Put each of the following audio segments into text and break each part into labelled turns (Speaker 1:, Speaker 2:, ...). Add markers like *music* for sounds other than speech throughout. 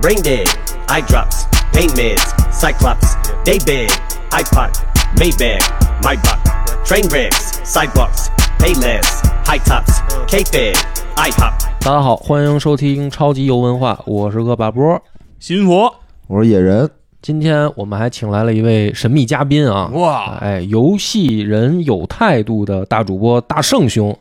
Speaker 1: brain dead, eye drops, pain meds, cyclops, day bed, iPod, Maybach, my buck, train wrecks, sidewalks, pay less, high tops, K-Fed, IHOP.
Speaker 2: 大家好，欢迎收听超级游文化，我是恶霸波。
Speaker 3: 新佛，
Speaker 4: 我说野人，
Speaker 2: 今天我们还请来了一位神秘嘉宾啊，
Speaker 3: 哇，
Speaker 2: 哎，游戏人有态度的大主播大圣兄，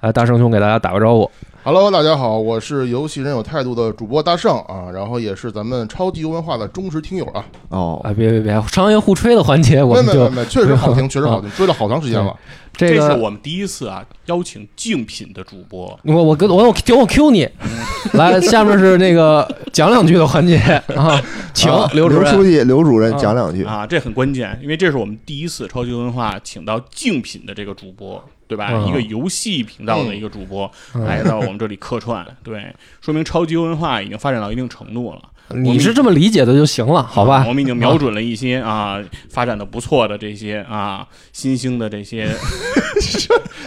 Speaker 2: 哎，大圣兄给大家打个招呼。
Speaker 5: Hello，大家好，我是游戏人有态度的主播大圣啊，然后也是咱们超级游文化的忠实听友啊。
Speaker 4: 哦，
Speaker 2: 哎，别别别，商业互吹的环节我
Speaker 5: 没
Speaker 2: 们
Speaker 5: 没
Speaker 2: 就嗯
Speaker 5: 没没，确
Speaker 2: *laughs*
Speaker 5: 实好听，确实好听，追了好长时间了。
Speaker 2: 这
Speaker 3: 是
Speaker 2: 个。
Speaker 3: 我们第一次啊邀请竞品的主播，
Speaker 2: 我我跟我我等我 Q 你，来，下面是那个讲两句的环节啊，请
Speaker 4: 啊
Speaker 2: 刘主任
Speaker 4: 书记、刘主任
Speaker 2: 啊
Speaker 4: 讲两句，
Speaker 3: 啊，这很关键，因为这是我们第一次超级文化请到竞品的这个主播，对吧？
Speaker 2: 嗯
Speaker 3: 一个游戏频道的一个主播、
Speaker 2: 嗯
Speaker 3: 来到我们这里客串， *laughs* 对，说明超级文化已经发展到一定程度了，啊
Speaker 2: 你是这么理解的就行了，好吧嗯
Speaker 3: 我？们已经瞄准了一些啊发展的不错的这些啊新兴的
Speaker 2: *laughs*
Speaker 3: 这些，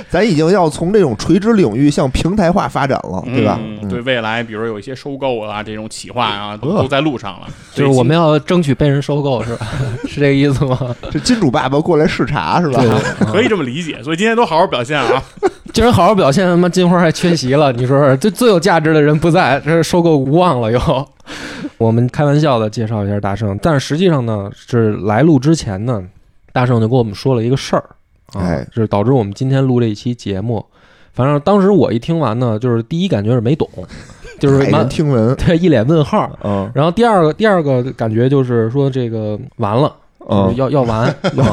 Speaker 4: 咱已经要从这种垂直领域向平台化发展了，对吧？
Speaker 3: 嗯，
Speaker 4: 嗯
Speaker 3: 对未来，比如有一些收购啊这种企划啊，都都在路上了，
Speaker 2: 就是我们要争取被人收购，是吧？是这个意思吗？啊
Speaker 4: 这金主爸爸过来视察是吧？
Speaker 3: 可以这么理解，所以今天都好好表现啊。
Speaker 2: 竟然好好表现，他妈金花还缺席了， *laughs* 你说说，这最有价值的人不在，这是收购无望了又。 *laughs* 我们开玩笑的介绍一下大圣，但是实际上呢，是来录之前呢，大圣就跟我们说了一个事儿，啊、
Speaker 4: 哎
Speaker 2: 就是导致我们今天录这一期节目。反正当时我一听完呢，就是第一感觉是
Speaker 4: *laughs*
Speaker 2: 没懂，就是满
Speaker 4: 骇人哎听
Speaker 2: *laughs*
Speaker 4: 闻，
Speaker 2: 对一脸问号。
Speaker 4: 嗯
Speaker 2: 然后第二个第二个感觉就是说这个完了，就是
Speaker 4: 嗯，
Speaker 2: 要要完，
Speaker 4: *laughs*
Speaker 2: 要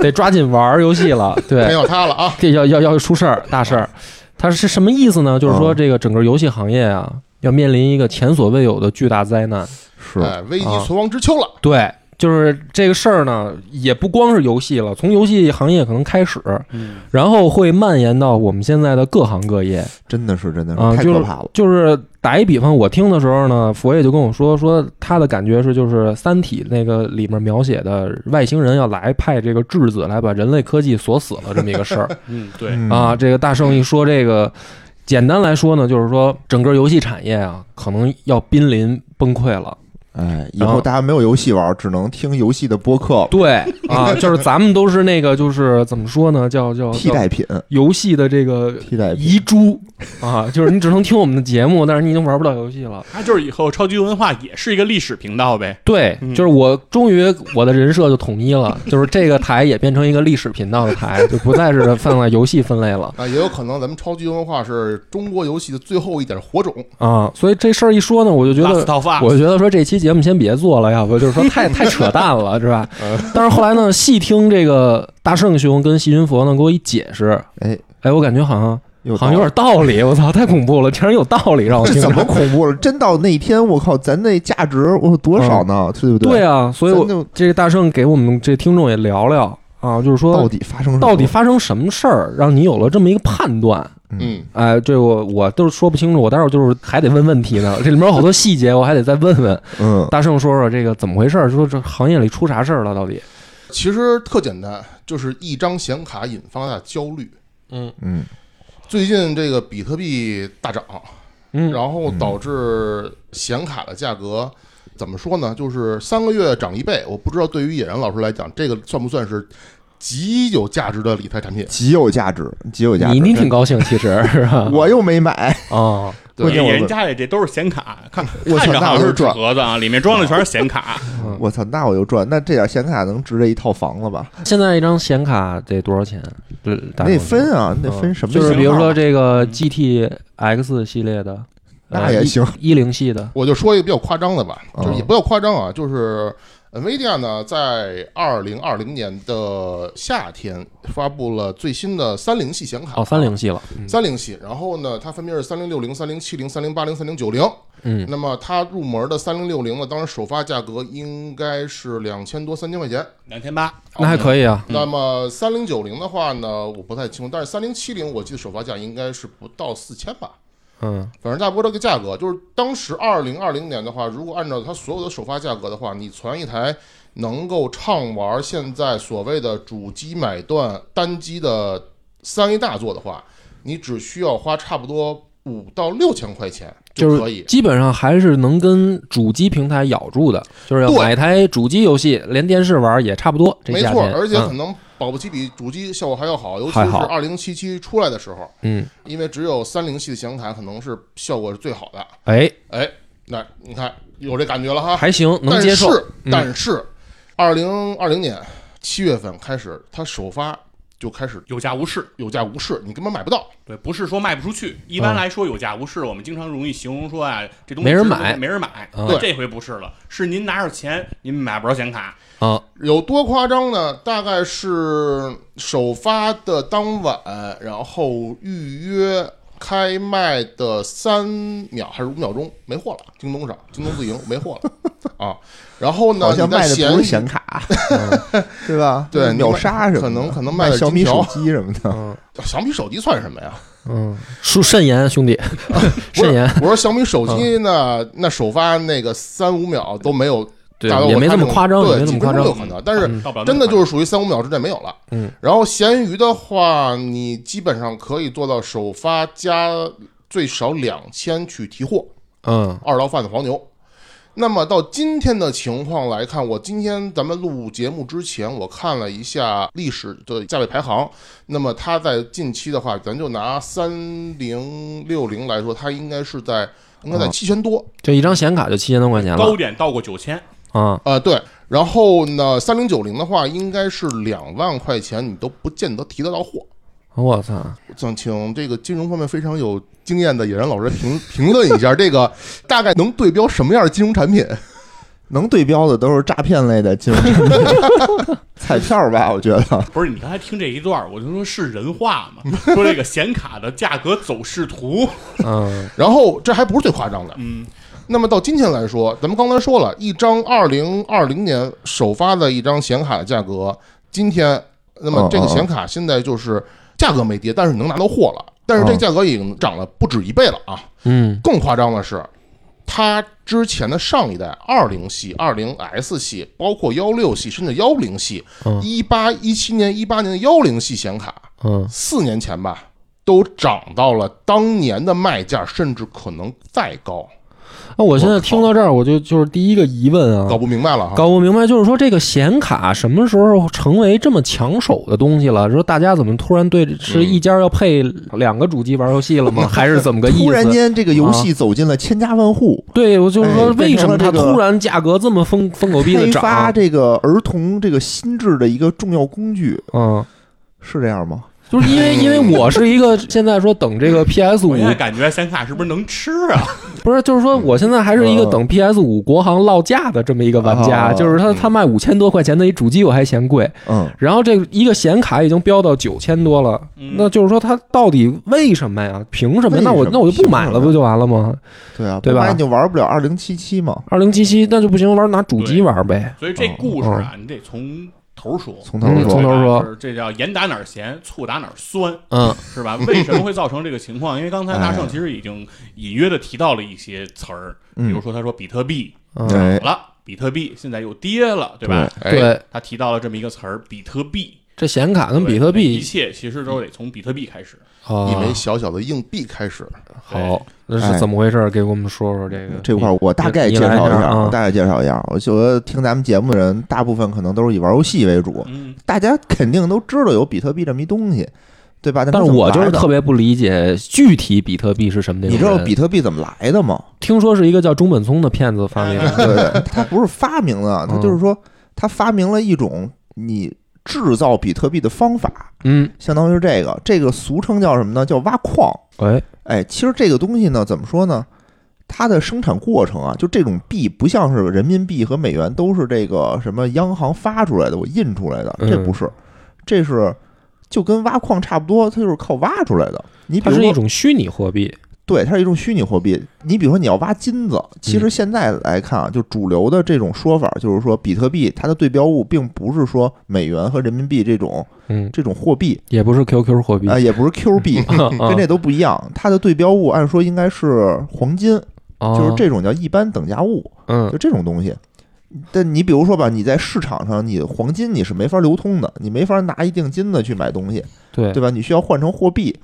Speaker 2: 得抓紧玩儿游戏了， *laughs* 对
Speaker 5: 没，有他了啊，
Speaker 2: 这要要要出事儿，大事儿。它是什么意思呢？就是说
Speaker 4: 嗯
Speaker 2: 这个整个游戏行业啊，要面临一个前所未有的巨大灾难。
Speaker 4: 是
Speaker 5: 哎，危机
Speaker 2: 啊
Speaker 5: 存亡之秋了。
Speaker 2: 对，就是这个事儿呢，也不光是游戏了，从游戏行业可能开始，
Speaker 3: 嗯，
Speaker 2: 然后会蔓延到我们现在的各行各业。
Speaker 4: 真的是真的
Speaker 2: 啊
Speaker 4: 嗯是太
Speaker 2: 就是
Speaker 4: 可怕了，
Speaker 2: 就是打一比方，我听的时候呢，佛爷就跟我说，说他的感觉是，就是《三体》那个里面描写的外星人要来派这个质子来把人类科技锁死了这么一个事儿。
Speaker 3: 嗯，对，
Speaker 4: 嗯
Speaker 2: 啊，，这个大圣一说这个，简单来说呢，就是说整个游戏产业啊，可能要濒临崩溃了。
Speaker 4: 哎，以
Speaker 2: 然后
Speaker 4: 后大家没有游戏玩，只能听游戏的播客，
Speaker 2: 对啊，就是咱们都是那个，就是怎么说呢，叫叫
Speaker 4: 替
Speaker 2: 叫
Speaker 4: 代品，
Speaker 2: 游戏的这个
Speaker 4: 替代品，
Speaker 2: 遗珠啊，就是你只能听我们的节目，但是你已经玩不到游戏了。
Speaker 3: 那就是以后超级文化也是一个历史频道呗。
Speaker 2: 对，
Speaker 3: 嗯
Speaker 2: 就是我终于我的人设就统一了，就是这个台也变成一个历史频道的台，就不再是放在游戏分类了。
Speaker 5: 啊，也有可能咱们超级文化是中国游戏的最后一点火种，
Speaker 2: 啊，所以这事儿一说呢，我就觉得
Speaker 3: Last of
Speaker 4: 啊
Speaker 3: Us
Speaker 2: 我就觉得说这期节目先别做了，要不就是说太太扯淡了，是
Speaker 4: *laughs*
Speaker 2: 吧？
Speaker 4: 嗯
Speaker 2: 但是后来呢，细听这个大圣兄跟细云佛呢给我一解释，
Speaker 4: 哎，
Speaker 2: 哎，我感觉好像
Speaker 4: 又
Speaker 2: 好像有点道理，我操，太恐怖了，竟然有道理让我
Speaker 4: *laughs* 这
Speaker 2: 听
Speaker 4: 怎么
Speaker 2: 着。
Speaker 4: 恐怖了？真到那一天，我靠，咱那价值我说多少呢？对不
Speaker 2: 对
Speaker 4: 对
Speaker 2: 啊，所以
Speaker 4: 咱
Speaker 2: 我
Speaker 4: 就
Speaker 2: 这个大圣给我们这听众也聊聊啊，就是
Speaker 4: 到
Speaker 2: 说
Speaker 4: 底发生什么
Speaker 2: 到底发生什么事儿，让你有了这么一个判断。
Speaker 4: 嗯
Speaker 5: 嗯，
Speaker 2: 哎，这我我都说不清楚，我待会儿就是还得问问题呢，这里面有好多细节，我还得再问问。
Speaker 4: 嗯
Speaker 2: 大圣说说这个怎么回事儿？说这行业里出啥事儿了？到底？
Speaker 5: 其实特简单，就是一张显卡引发的焦虑。
Speaker 4: 嗯
Speaker 5: 最近这个比特币大涨，
Speaker 2: 嗯
Speaker 5: 然后导致显卡的价格怎么说呢？就是三个月涨一倍，我不知道对于野人老师来讲，这个算不算是极有价值的理财产品？
Speaker 4: 极有价值，极有价值。
Speaker 2: 你你挺高兴，其实是
Speaker 5: *laughs*
Speaker 2: 吧？
Speaker 4: 我又没买，
Speaker 2: 啊，
Speaker 5: 对
Speaker 4: 关键
Speaker 3: 人
Speaker 4: 我
Speaker 3: 家里这都是显卡，
Speaker 2: *laughs*
Speaker 3: 看
Speaker 4: 我
Speaker 3: 看
Speaker 4: 操，
Speaker 3: 着
Speaker 4: 那
Speaker 3: 好像
Speaker 4: 我就是
Speaker 3: 纸
Speaker 4: 赚，
Speaker 3: 盒子啊，里面装的全是显卡。
Speaker 4: 我操，那我就赚。那这点显卡能值这一套房了吧？
Speaker 2: 现在一张显卡得多少钱？对，大圣
Speaker 4: 那得分啊，那得分什么？
Speaker 2: 就是比如说，这个 GTX 系列的，呃
Speaker 4: 那也行，
Speaker 2: 一零系的，
Speaker 5: 我就说一个比较夸张的吧，
Speaker 4: 哦
Speaker 5: 就是也不要夸张啊，就是 NVIDIA 呢，在二零二零年的夏天发布了最新的三零系显卡，
Speaker 2: 哦，三零系了，嗯
Speaker 5: 三零系，然后呢，它分别是三零六零、三零七零、三零八零、三零九零。
Speaker 2: 嗯，
Speaker 5: 那么它入门的三零六零呢，当时首发价格应该是两千多、三千块钱。
Speaker 3: 两千八，
Speaker 2: 那还可以啊。
Speaker 5: 那么三零九零的话呢，我不太清楚，但是三零七零我记得首发价应该是不到四千吧，
Speaker 2: 嗯，
Speaker 5: 反正差不多这个价格。就是当时二零二零年的话，如果按照它所有的首发价格的话，你存一台能够畅玩现在所谓的主机买断单机的三 A 大作的话，你只需要花差不多五到六千块钱
Speaker 2: 就是
Speaker 5: 可以。
Speaker 2: 基本上还是能跟主机平台咬住的，就是要
Speaker 5: 对
Speaker 2: 买台主机游戏连电视玩也差不多，这
Speaker 5: 没
Speaker 2: 价
Speaker 5: 错，
Speaker 2: 钱。
Speaker 5: 而且可
Speaker 2: 嗯
Speaker 5: 能保不齐比主机效果还要好，尤其
Speaker 2: 还
Speaker 5: 是
Speaker 2: 好
Speaker 5: 二零七七出来的时候，
Speaker 2: 嗯，
Speaker 5: 因为只有三零系的显卡可能是效果是最好的。
Speaker 2: 哎，
Speaker 5: 哎，那你看有这感觉了哈，
Speaker 2: 还行，能接受
Speaker 5: 但。是，
Speaker 2: 嗯
Speaker 5: 但是，二零二零年七月份开始，它首发就开始
Speaker 3: 有价无市。
Speaker 5: 有价无市，你根本买不到。
Speaker 3: 对，不是说卖不出去。一般来说，有价无市，我们经常容易形容说啊，这东
Speaker 2: 嗯
Speaker 3: 西
Speaker 2: 没人
Speaker 3: 值得
Speaker 2: 买
Speaker 3: 没人买。
Speaker 2: 嗯
Speaker 3: 那这回不是了，是您拿着钱，您买不着显卡。
Speaker 2: 啊，
Speaker 5: 有多夸张呢？大概是首发的当晚，然后预约开卖的三秒还是五秒钟没货了，京东上，京东自营没货了啊。然后呢，
Speaker 4: 好像
Speaker 5: 你在
Speaker 4: 卖的
Speaker 5: 闲
Speaker 4: 不是
Speaker 5: 鱼
Speaker 4: 显卡，
Speaker 2: 嗯
Speaker 4: *laughs* 对吧？
Speaker 5: 对你
Speaker 4: 秒
Speaker 5: 卖
Speaker 4: 杀什么的，
Speaker 5: 可能可能卖
Speaker 4: 卖
Speaker 5: 的
Speaker 4: 小米
Speaker 5: 金条
Speaker 4: 手机什么的。
Speaker 2: 嗯
Speaker 5: 小米手机算什么呀？
Speaker 2: 嗯，恕慎言，兄
Speaker 5: *laughs*
Speaker 2: 弟，
Speaker 5: 不是
Speaker 2: 慎言，
Speaker 5: 我说小米手机呢，那首发那个三五秒都没有
Speaker 2: 对
Speaker 5: 达到，
Speaker 2: 也
Speaker 5: 过
Speaker 2: 没
Speaker 5: 它
Speaker 2: 那么
Speaker 5: 这种
Speaker 2: 夸张，也没
Speaker 5: 对，
Speaker 2: 那
Speaker 5: 几
Speaker 2: 么
Speaker 5: 分
Speaker 2: 夸
Speaker 5: 钟有
Speaker 2: 张。
Speaker 5: 可能，但是
Speaker 3: 到不了那
Speaker 5: 真
Speaker 3: 么
Speaker 5: 的
Speaker 3: 快
Speaker 5: 就是属于三五秒之内没有了。
Speaker 2: 嗯，
Speaker 5: 然后闲鱼的话，你基本上可以做到首发加最少两千去提货，
Speaker 2: 嗯，
Speaker 5: 二道贩子黄牛。那么到今天的情况来看，我今天咱们录节目之前，我看了一下历史的价位排行。那么它在近期的话，咱就拿三零六零来说，它应该是在应该在七千多。
Speaker 2: 就一张显卡就七千多块钱了
Speaker 3: 高点到过九千，
Speaker 2: 啊，
Speaker 5: 呃，对。然后呢，三零九零的话，应该是两万块钱，你都不见得提得到货。
Speaker 2: 我操，
Speaker 5: 想请这个金融方面非常有经验的野人老师评评论一下，这个大概能对标什么样的金融产品？
Speaker 4: 能对标的都是诈骗类的金融产品，
Speaker 2: *laughs*
Speaker 4: 彩票吧？我觉得
Speaker 3: 不是你刚才听这一段，我就说是人话
Speaker 2: *laughs*
Speaker 3: 嘛，说这个显卡的价格走势图，
Speaker 2: 嗯，
Speaker 5: 然后这还不是最夸张的，
Speaker 3: 嗯，
Speaker 5: 那么到今天来说，咱们刚才说了一张二零二零年首发的一张显卡的价格，今天那
Speaker 2: 嗯
Speaker 5: 么这个显卡现在就是价格没跌，但是你能拿到货了，但是这
Speaker 4: 嗯
Speaker 5: 价格已经涨了不止一倍了啊！
Speaker 2: 嗯，
Speaker 5: 更夸张的是，它之前的上一代二零系、二零 S 系，包括幺六系，甚至幺零系
Speaker 2: 嗯，
Speaker 5: 一八一七年、一八年的幺零系显卡，
Speaker 2: 嗯，
Speaker 5: 四年前吧，都涨到了当年的卖价，甚至可能再高，
Speaker 2: 那啊我现在
Speaker 5: 我靠
Speaker 2: 听到这儿，我就就是第一个疑问啊，
Speaker 5: 搞不明白了哈。
Speaker 2: 搞不明白，就是说这个显卡什么时候成为这么抢手的东西了？说大家怎么突然对
Speaker 4: 嗯
Speaker 2: 是一家要配两个主机玩游戏了
Speaker 4: *laughs*
Speaker 2: 吗？还是怎么个意思？
Speaker 4: 突然间这个游戏走进了千家万户，
Speaker 2: 对，我就是说
Speaker 4: 哎
Speaker 2: 为什么它
Speaker 4: 变成了这个
Speaker 2: 突然价格这么疯疯狗逼的
Speaker 4: 开发
Speaker 2: 涨？啊
Speaker 4: 这个儿童这个心智的一个重要工具，
Speaker 2: 嗯，
Speaker 4: 是这样吗？
Speaker 2: 就是因为因为我是一个现在说等这
Speaker 4: *laughs*
Speaker 2: 个 PS 五
Speaker 3: 我现在感觉显卡是不是能吃啊？
Speaker 2: 不是，就是说我现在还是一个
Speaker 4: 嗯
Speaker 2: 等 PS 五国行落价的这么一个玩家，
Speaker 4: 哦
Speaker 2: 就是他他卖五千多块钱的一主机我还嫌贵，
Speaker 4: 嗯，
Speaker 2: 然后这一个显卡已经飙到九千多了，
Speaker 3: 嗯
Speaker 2: 那就是说它到底为什么呀？凭什么？
Speaker 4: 为什么
Speaker 2: 那我那我就不买了，不就完了吗？
Speaker 4: 对啊，
Speaker 2: 对吧
Speaker 4: 不然你就玩不了二零七七嘛，
Speaker 2: 二零七七那就不行，玩拿主机玩呗。
Speaker 3: 所以这故事啊，你得从头说。
Speaker 4: 嗯从头
Speaker 2: 嗯，
Speaker 4: 说啊
Speaker 2: 从头说，
Speaker 3: 就是这叫盐打哪儿咸，醋打哪儿酸，
Speaker 2: 嗯
Speaker 3: 是吧？为什么会造成这个情况？因为刚才
Speaker 4: 哎
Speaker 3: 大圣其实已经隐约的提到了一些词儿，比如
Speaker 4: 嗯，
Speaker 3: 说他说比特币
Speaker 2: 嗯，
Speaker 4: 哎
Speaker 3: 涨，了，比特币现在又跌了，对吧？
Speaker 5: 哎，
Speaker 2: 对，
Speaker 3: 他提到了这么一个词儿，比特币
Speaker 2: 这显卡嗯跟比特
Speaker 3: 对一
Speaker 2: 币
Speaker 3: 切其实都得从比特币开始。
Speaker 2: 啊
Speaker 5: 一，枚小小的硬币开始，
Speaker 2: 好，那是怎么回事？给我们说说这个
Speaker 4: 哎这块儿我大概介绍
Speaker 2: 你来
Speaker 4: 一
Speaker 2: 一下
Speaker 4: 下，
Speaker 2: 啊
Speaker 4: 我大概介绍一下。我觉得听咱们节目的人，大部分可能都是以玩游戏为主，
Speaker 3: 嗯，
Speaker 4: 大家肯定都知道有比特币这么一东西，对吧？
Speaker 2: 但
Speaker 4: 它
Speaker 2: 是
Speaker 4: 怎么
Speaker 2: 我就是
Speaker 4: 来的
Speaker 2: 特别不理解具体比特币是什么那种
Speaker 4: 你知道
Speaker 2: 人
Speaker 4: 比特币怎么来的吗？
Speaker 2: 听说是一个叫中本聪的骗子发明的， *laughs*
Speaker 4: 对，它不是发明的，它
Speaker 2: 嗯
Speaker 4: 就是说它发明了一种你制造比特币的方法，
Speaker 2: 嗯，
Speaker 4: 相当于是这个，这个俗称叫什么呢？叫挖矿。
Speaker 2: 哎，
Speaker 4: 哎，其实这个东西呢，怎么说呢？它的生产过程啊，就这种币不像是人民币和美元都是这个什么央行发出来的，我印出来的，
Speaker 2: 嗯
Speaker 4: 这不是，这是就跟挖矿差不多，它就是靠挖出来的。你比
Speaker 2: 它
Speaker 4: 如
Speaker 2: 是一
Speaker 4: 说，
Speaker 2: 种虚拟货币，
Speaker 4: 对，它是一种虚拟货币。你比如说你要挖金子，其
Speaker 2: 嗯
Speaker 4: 实现在来看啊，就主流的这种说法就是说，比特币它的对标物并不是说美元和人民币这种
Speaker 2: 嗯，
Speaker 4: 这种货币
Speaker 2: 也不是 QQ 货币
Speaker 4: 啊、，也不是
Speaker 2: *laughs*
Speaker 4: Q 币，
Speaker 2: 啊
Speaker 4: 跟这都不一样。它的对标物按说应该是黄金，
Speaker 2: 哦
Speaker 4: 就是这种叫一般等价物，
Speaker 2: 嗯
Speaker 4: 就这种东西。但你比如说吧，你在市场上，你黄金你是没法流通的，你没法拿一定金子去买东西，
Speaker 2: 对
Speaker 4: 对吧？你需要换成货币，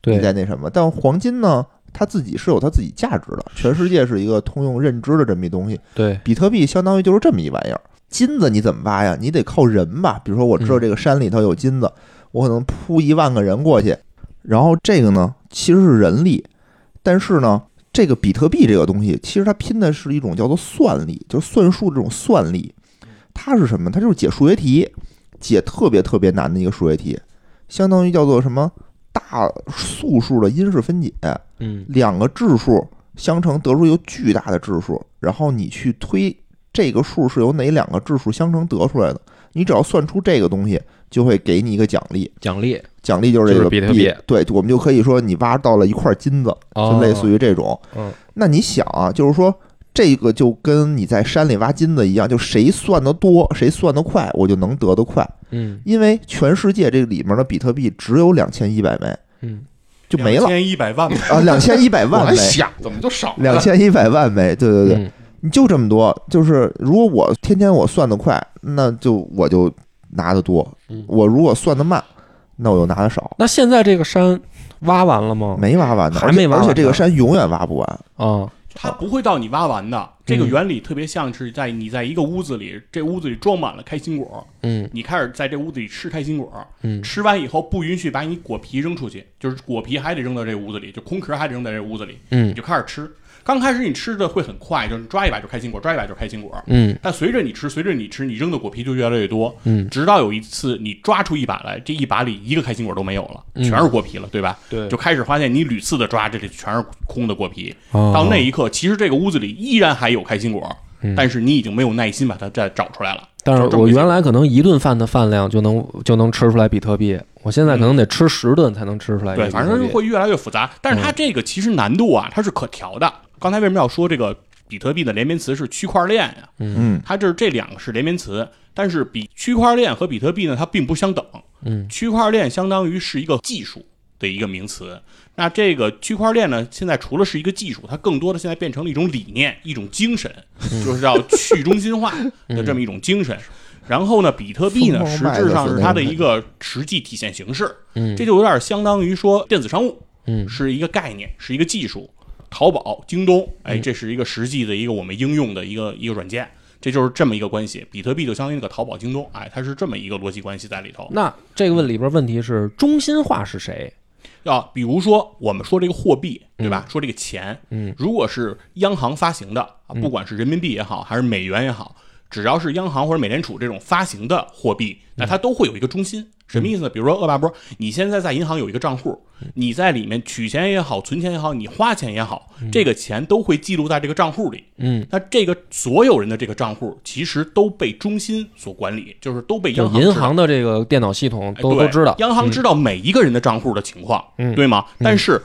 Speaker 2: 对
Speaker 4: 你再那什么。但黄金呢，它自己是有它自己价值的，全世界是一个通用认知的这么一东西。
Speaker 2: 对，
Speaker 4: 比特币相当于就是这么一玩意儿。金子你怎么挖呀？你得靠人吧。比如说，我知道这个山里头有金子，我可能铺一万个人过去。然后这个呢，其实是人力，但是呢，这个比特币这个东西，其实它拼的是一种叫做算力，就是算术这种算力。它是什么？它就是解数学题，解特别特别难的一个数学题，相当于叫做什么大素数的因式分解。
Speaker 2: 嗯
Speaker 4: 两个质数相乘得出一个巨大的质数，然后你去推这个数是由哪两个质数相乘得出来的，你只要算出这个东西，就会给你一个奖励。
Speaker 2: 奖励
Speaker 4: 奖励就是这
Speaker 2: 就是
Speaker 4: 个
Speaker 2: 比特币
Speaker 4: 对，我们就可以说你挖到了一块金子，就类似
Speaker 2: 于
Speaker 4: 于这种。
Speaker 2: 嗯，
Speaker 4: 那你想啊，就是说这个就跟你在山里挖金子一样，就谁算得多，谁算得快，我就能得得快。
Speaker 2: 嗯
Speaker 4: 因为全世界这里面的比特币只有两千一百枚，
Speaker 2: 嗯，
Speaker 4: 就没了
Speaker 3: 千一百万吧，
Speaker 4: 啊，两千一百
Speaker 5: 我
Speaker 4: 万
Speaker 5: 还
Speaker 4: 枚，
Speaker 5: 想怎么就少
Speaker 4: 两
Speaker 5: 了？
Speaker 4: 千一百万枚，对对对，
Speaker 2: 嗯
Speaker 4: 你就这么多。就是如果我天天我算得快，那就我就拿得多
Speaker 2: 嗯；
Speaker 4: 我如果算得慢，那我就拿得少。
Speaker 2: 那现在这个山挖完了吗？
Speaker 4: 没挖完呢，
Speaker 2: 还没挖完呢
Speaker 4: 而且而且这个山永远挖不完。
Speaker 2: 啊，
Speaker 3: 它不会到你挖完的。这
Speaker 2: 嗯
Speaker 3: 个原理特别像是在你在一个屋子里，这屋子里装满了开心果，
Speaker 2: 嗯
Speaker 3: 你开始在这屋子里吃开心果，
Speaker 2: 嗯
Speaker 3: 吃完以后不允许把你果皮扔出去，就是果皮还得扔到这屋子里，就空壳还得扔在这屋子里，你
Speaker 2: 嗯
Speaker 3: 就开始吃。刚开始你吃的会很快，就是抓一把就开心果，抓一把就开心果。
Speaker 2: 嗯
Speaker 3: 但随着你吃，随着你吃，你扔的果皮就越来越多，
Speaker 2: 嗯，
Speaker 3: 直到有一次你抓出一把来，这一把里一个开心果都没有了，
Speaker 2: 嗯
Speaker 3: 全是果皮了，对吧？
Speaker 2: 对
Speaker 3: 就开始发现你屡次的抓，这里全是空的果皮。到
Speaker 2: 到
Speaker 3: 那一刻，其实这个屋子里依然还有开心果，
Speaker 2: 嗯
Speaker 3: 但是你已经没有耐心把它再找出来了。
Speaker 2: 但
Speaker 3: 就是这么
Speaker 2: 我
Speaker 3: 一个
Speaker 2: 原来可能一顿饭的饭量就能就能吃出来比特币，我现在可能得吃十顿才能吃出来一个
Speaker 3: 对，
Speaker 2: 比特
Speaker 3: 反
Speaker 2: 币。
Speaker 3: 正会越来越复杂。但是
Speaker 2: 嗯
Speaker 3: 它这个其实难度啊，它是可调的。刚才为什么要说这个比特币的连绵词是区块链呀、
Speaker 4: 嗯，
Speaker 3: 它就是这两个是连绵词，但是比区块链和比特币呢，它并不相等。
Speaker 2: 嗯，
Speaker 3: 区块链相当于是一个技术的一个名词。那这个区块链呢，现在除了是一个技术，它更多的现在变成了一种理念、一种精神，
Speaker 4: 嗯
Speaker 3: 就是要去中心化的这么一种精
Speaker 4: *laughs*
Speaker 3: 神。然后呢，比特币呢，
Speaker 4: 疯
Speaker 3: 实
Speaker 4: 狂卖的
Speaker 3: 质上
Speaker 4: 是
Speaker 3: 是
Speaker 4: 那
Speaker 3: 它
Speaker 4: 种
Speaker 3: 的
Speaker 4: 感
Speaker 3: 一个实际体现形式。
Speaker 2: 嗯
Speaker 3: 这就有点相当于说电子商务，
Speaker 2: 嗯
Speaker 3: 是一个概念，是一个技术。淘宝、京东，
Speaker 2: 嗯
Speaker 3: 哎，这是一个实际的一个我们应用的一个一个软件，这就是这么一个关系。比特币就相当于那个淘宝、京东，哎，它是这么一个逻辑关系在里头。
Speaker 2: 那这个问里边问题是中心化是谁？
Speaker 3: 啊，比如说我们说这个货币，对吧？说这个钱，
Speaker 2: 嗯，
Speaker 3: 如果是央行发行的，啊，不管是人民币也好，还是美元也好，只要是央行或者美联储这种发行的货币，那
Speaker 2: 嗯
Speaker 3: 它都会有一个中心。什么意思呢？比如说恶霸波，你现在在银行有一个账户，
Speaker 2: 嗯
Speaker 3: 你在里面取钱也好，存钱也好，你花钱也好，这个钱都会记录在这个账户里。
Speaker 2: 嗯，
Speaker 3: 那这个所有人的这个账户其实都被中心所管理，就是都被
Speaker 2: 就
Speaker 3: 央行知
Speaker 2: 银
Speaker 3: 道
Speaker 2: 行的这个电脑系统
Speaker 3: 哎
Speaker 2: 都
Speaker 3: 对
Speaker 2: 都知道。
Speaker 3: 央行知道每一个人的账户的情况，
Speaker 2: 嗯嗯
Speaker 3: 对吗？但是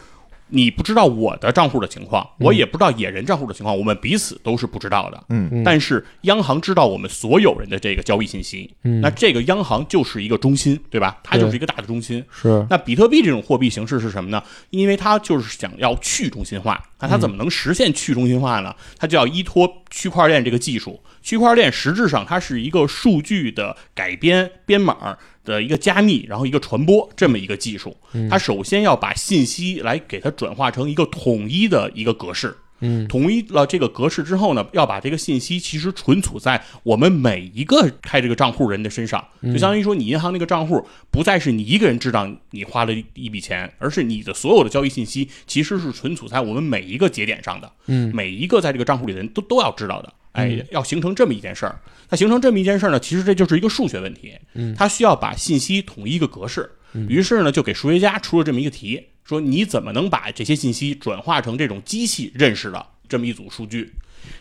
Speaker 3: 你不知道我的账户的情况，我也不知道野人账户的情况，我们彼此都是不知道的。
Speaker 4: 嗯，
Speaker 3: 但是央行知道我们所有人的这个交易信息，
Speaker 2: 嗯
Speaker 3: 那这个央行就是一个中心，对吧？它就是一个大的中心。
Speaker 2: 是
Speaker 3: 那比特币这种货币形式是什么呢？因为它就是想要去中心化，那它怎么能实现去中心化呢？它就要依托区块链这个技术。区块链实质上它是一个数据的改编、编码的一个加密，然后一个传播这么一个技术。它首先要把信息来给它转化成一个统一的一个格式。
Speaker 2: 嗯，
Speaker 3: 统一了这个格式之后呢，要把这个信息其实存储在我们每一个开这个账户人的身上，
Speaker 2: 嗯
Speaker 3: 就相当于说你银行那个账户不再是你一个人知道你花了一笔钱，而是你的所有的交易信息其实是存储在我们每一个节点上的，
Speaker 2: 嗯，
Speaker 3: 每一个在这个账户里的人都都要知道的。哎，要形成这么一件事儿，那形成这么一件事儿呢，其实这就是一个数学问题，嗯，它需要把信息统一一个格式，
Speaker 2: 嗯
Speaker 3: 于是呢，就给数学家出了这么一个题，说你怎么能把这些信息转化成这种机器认识的这么一组数据？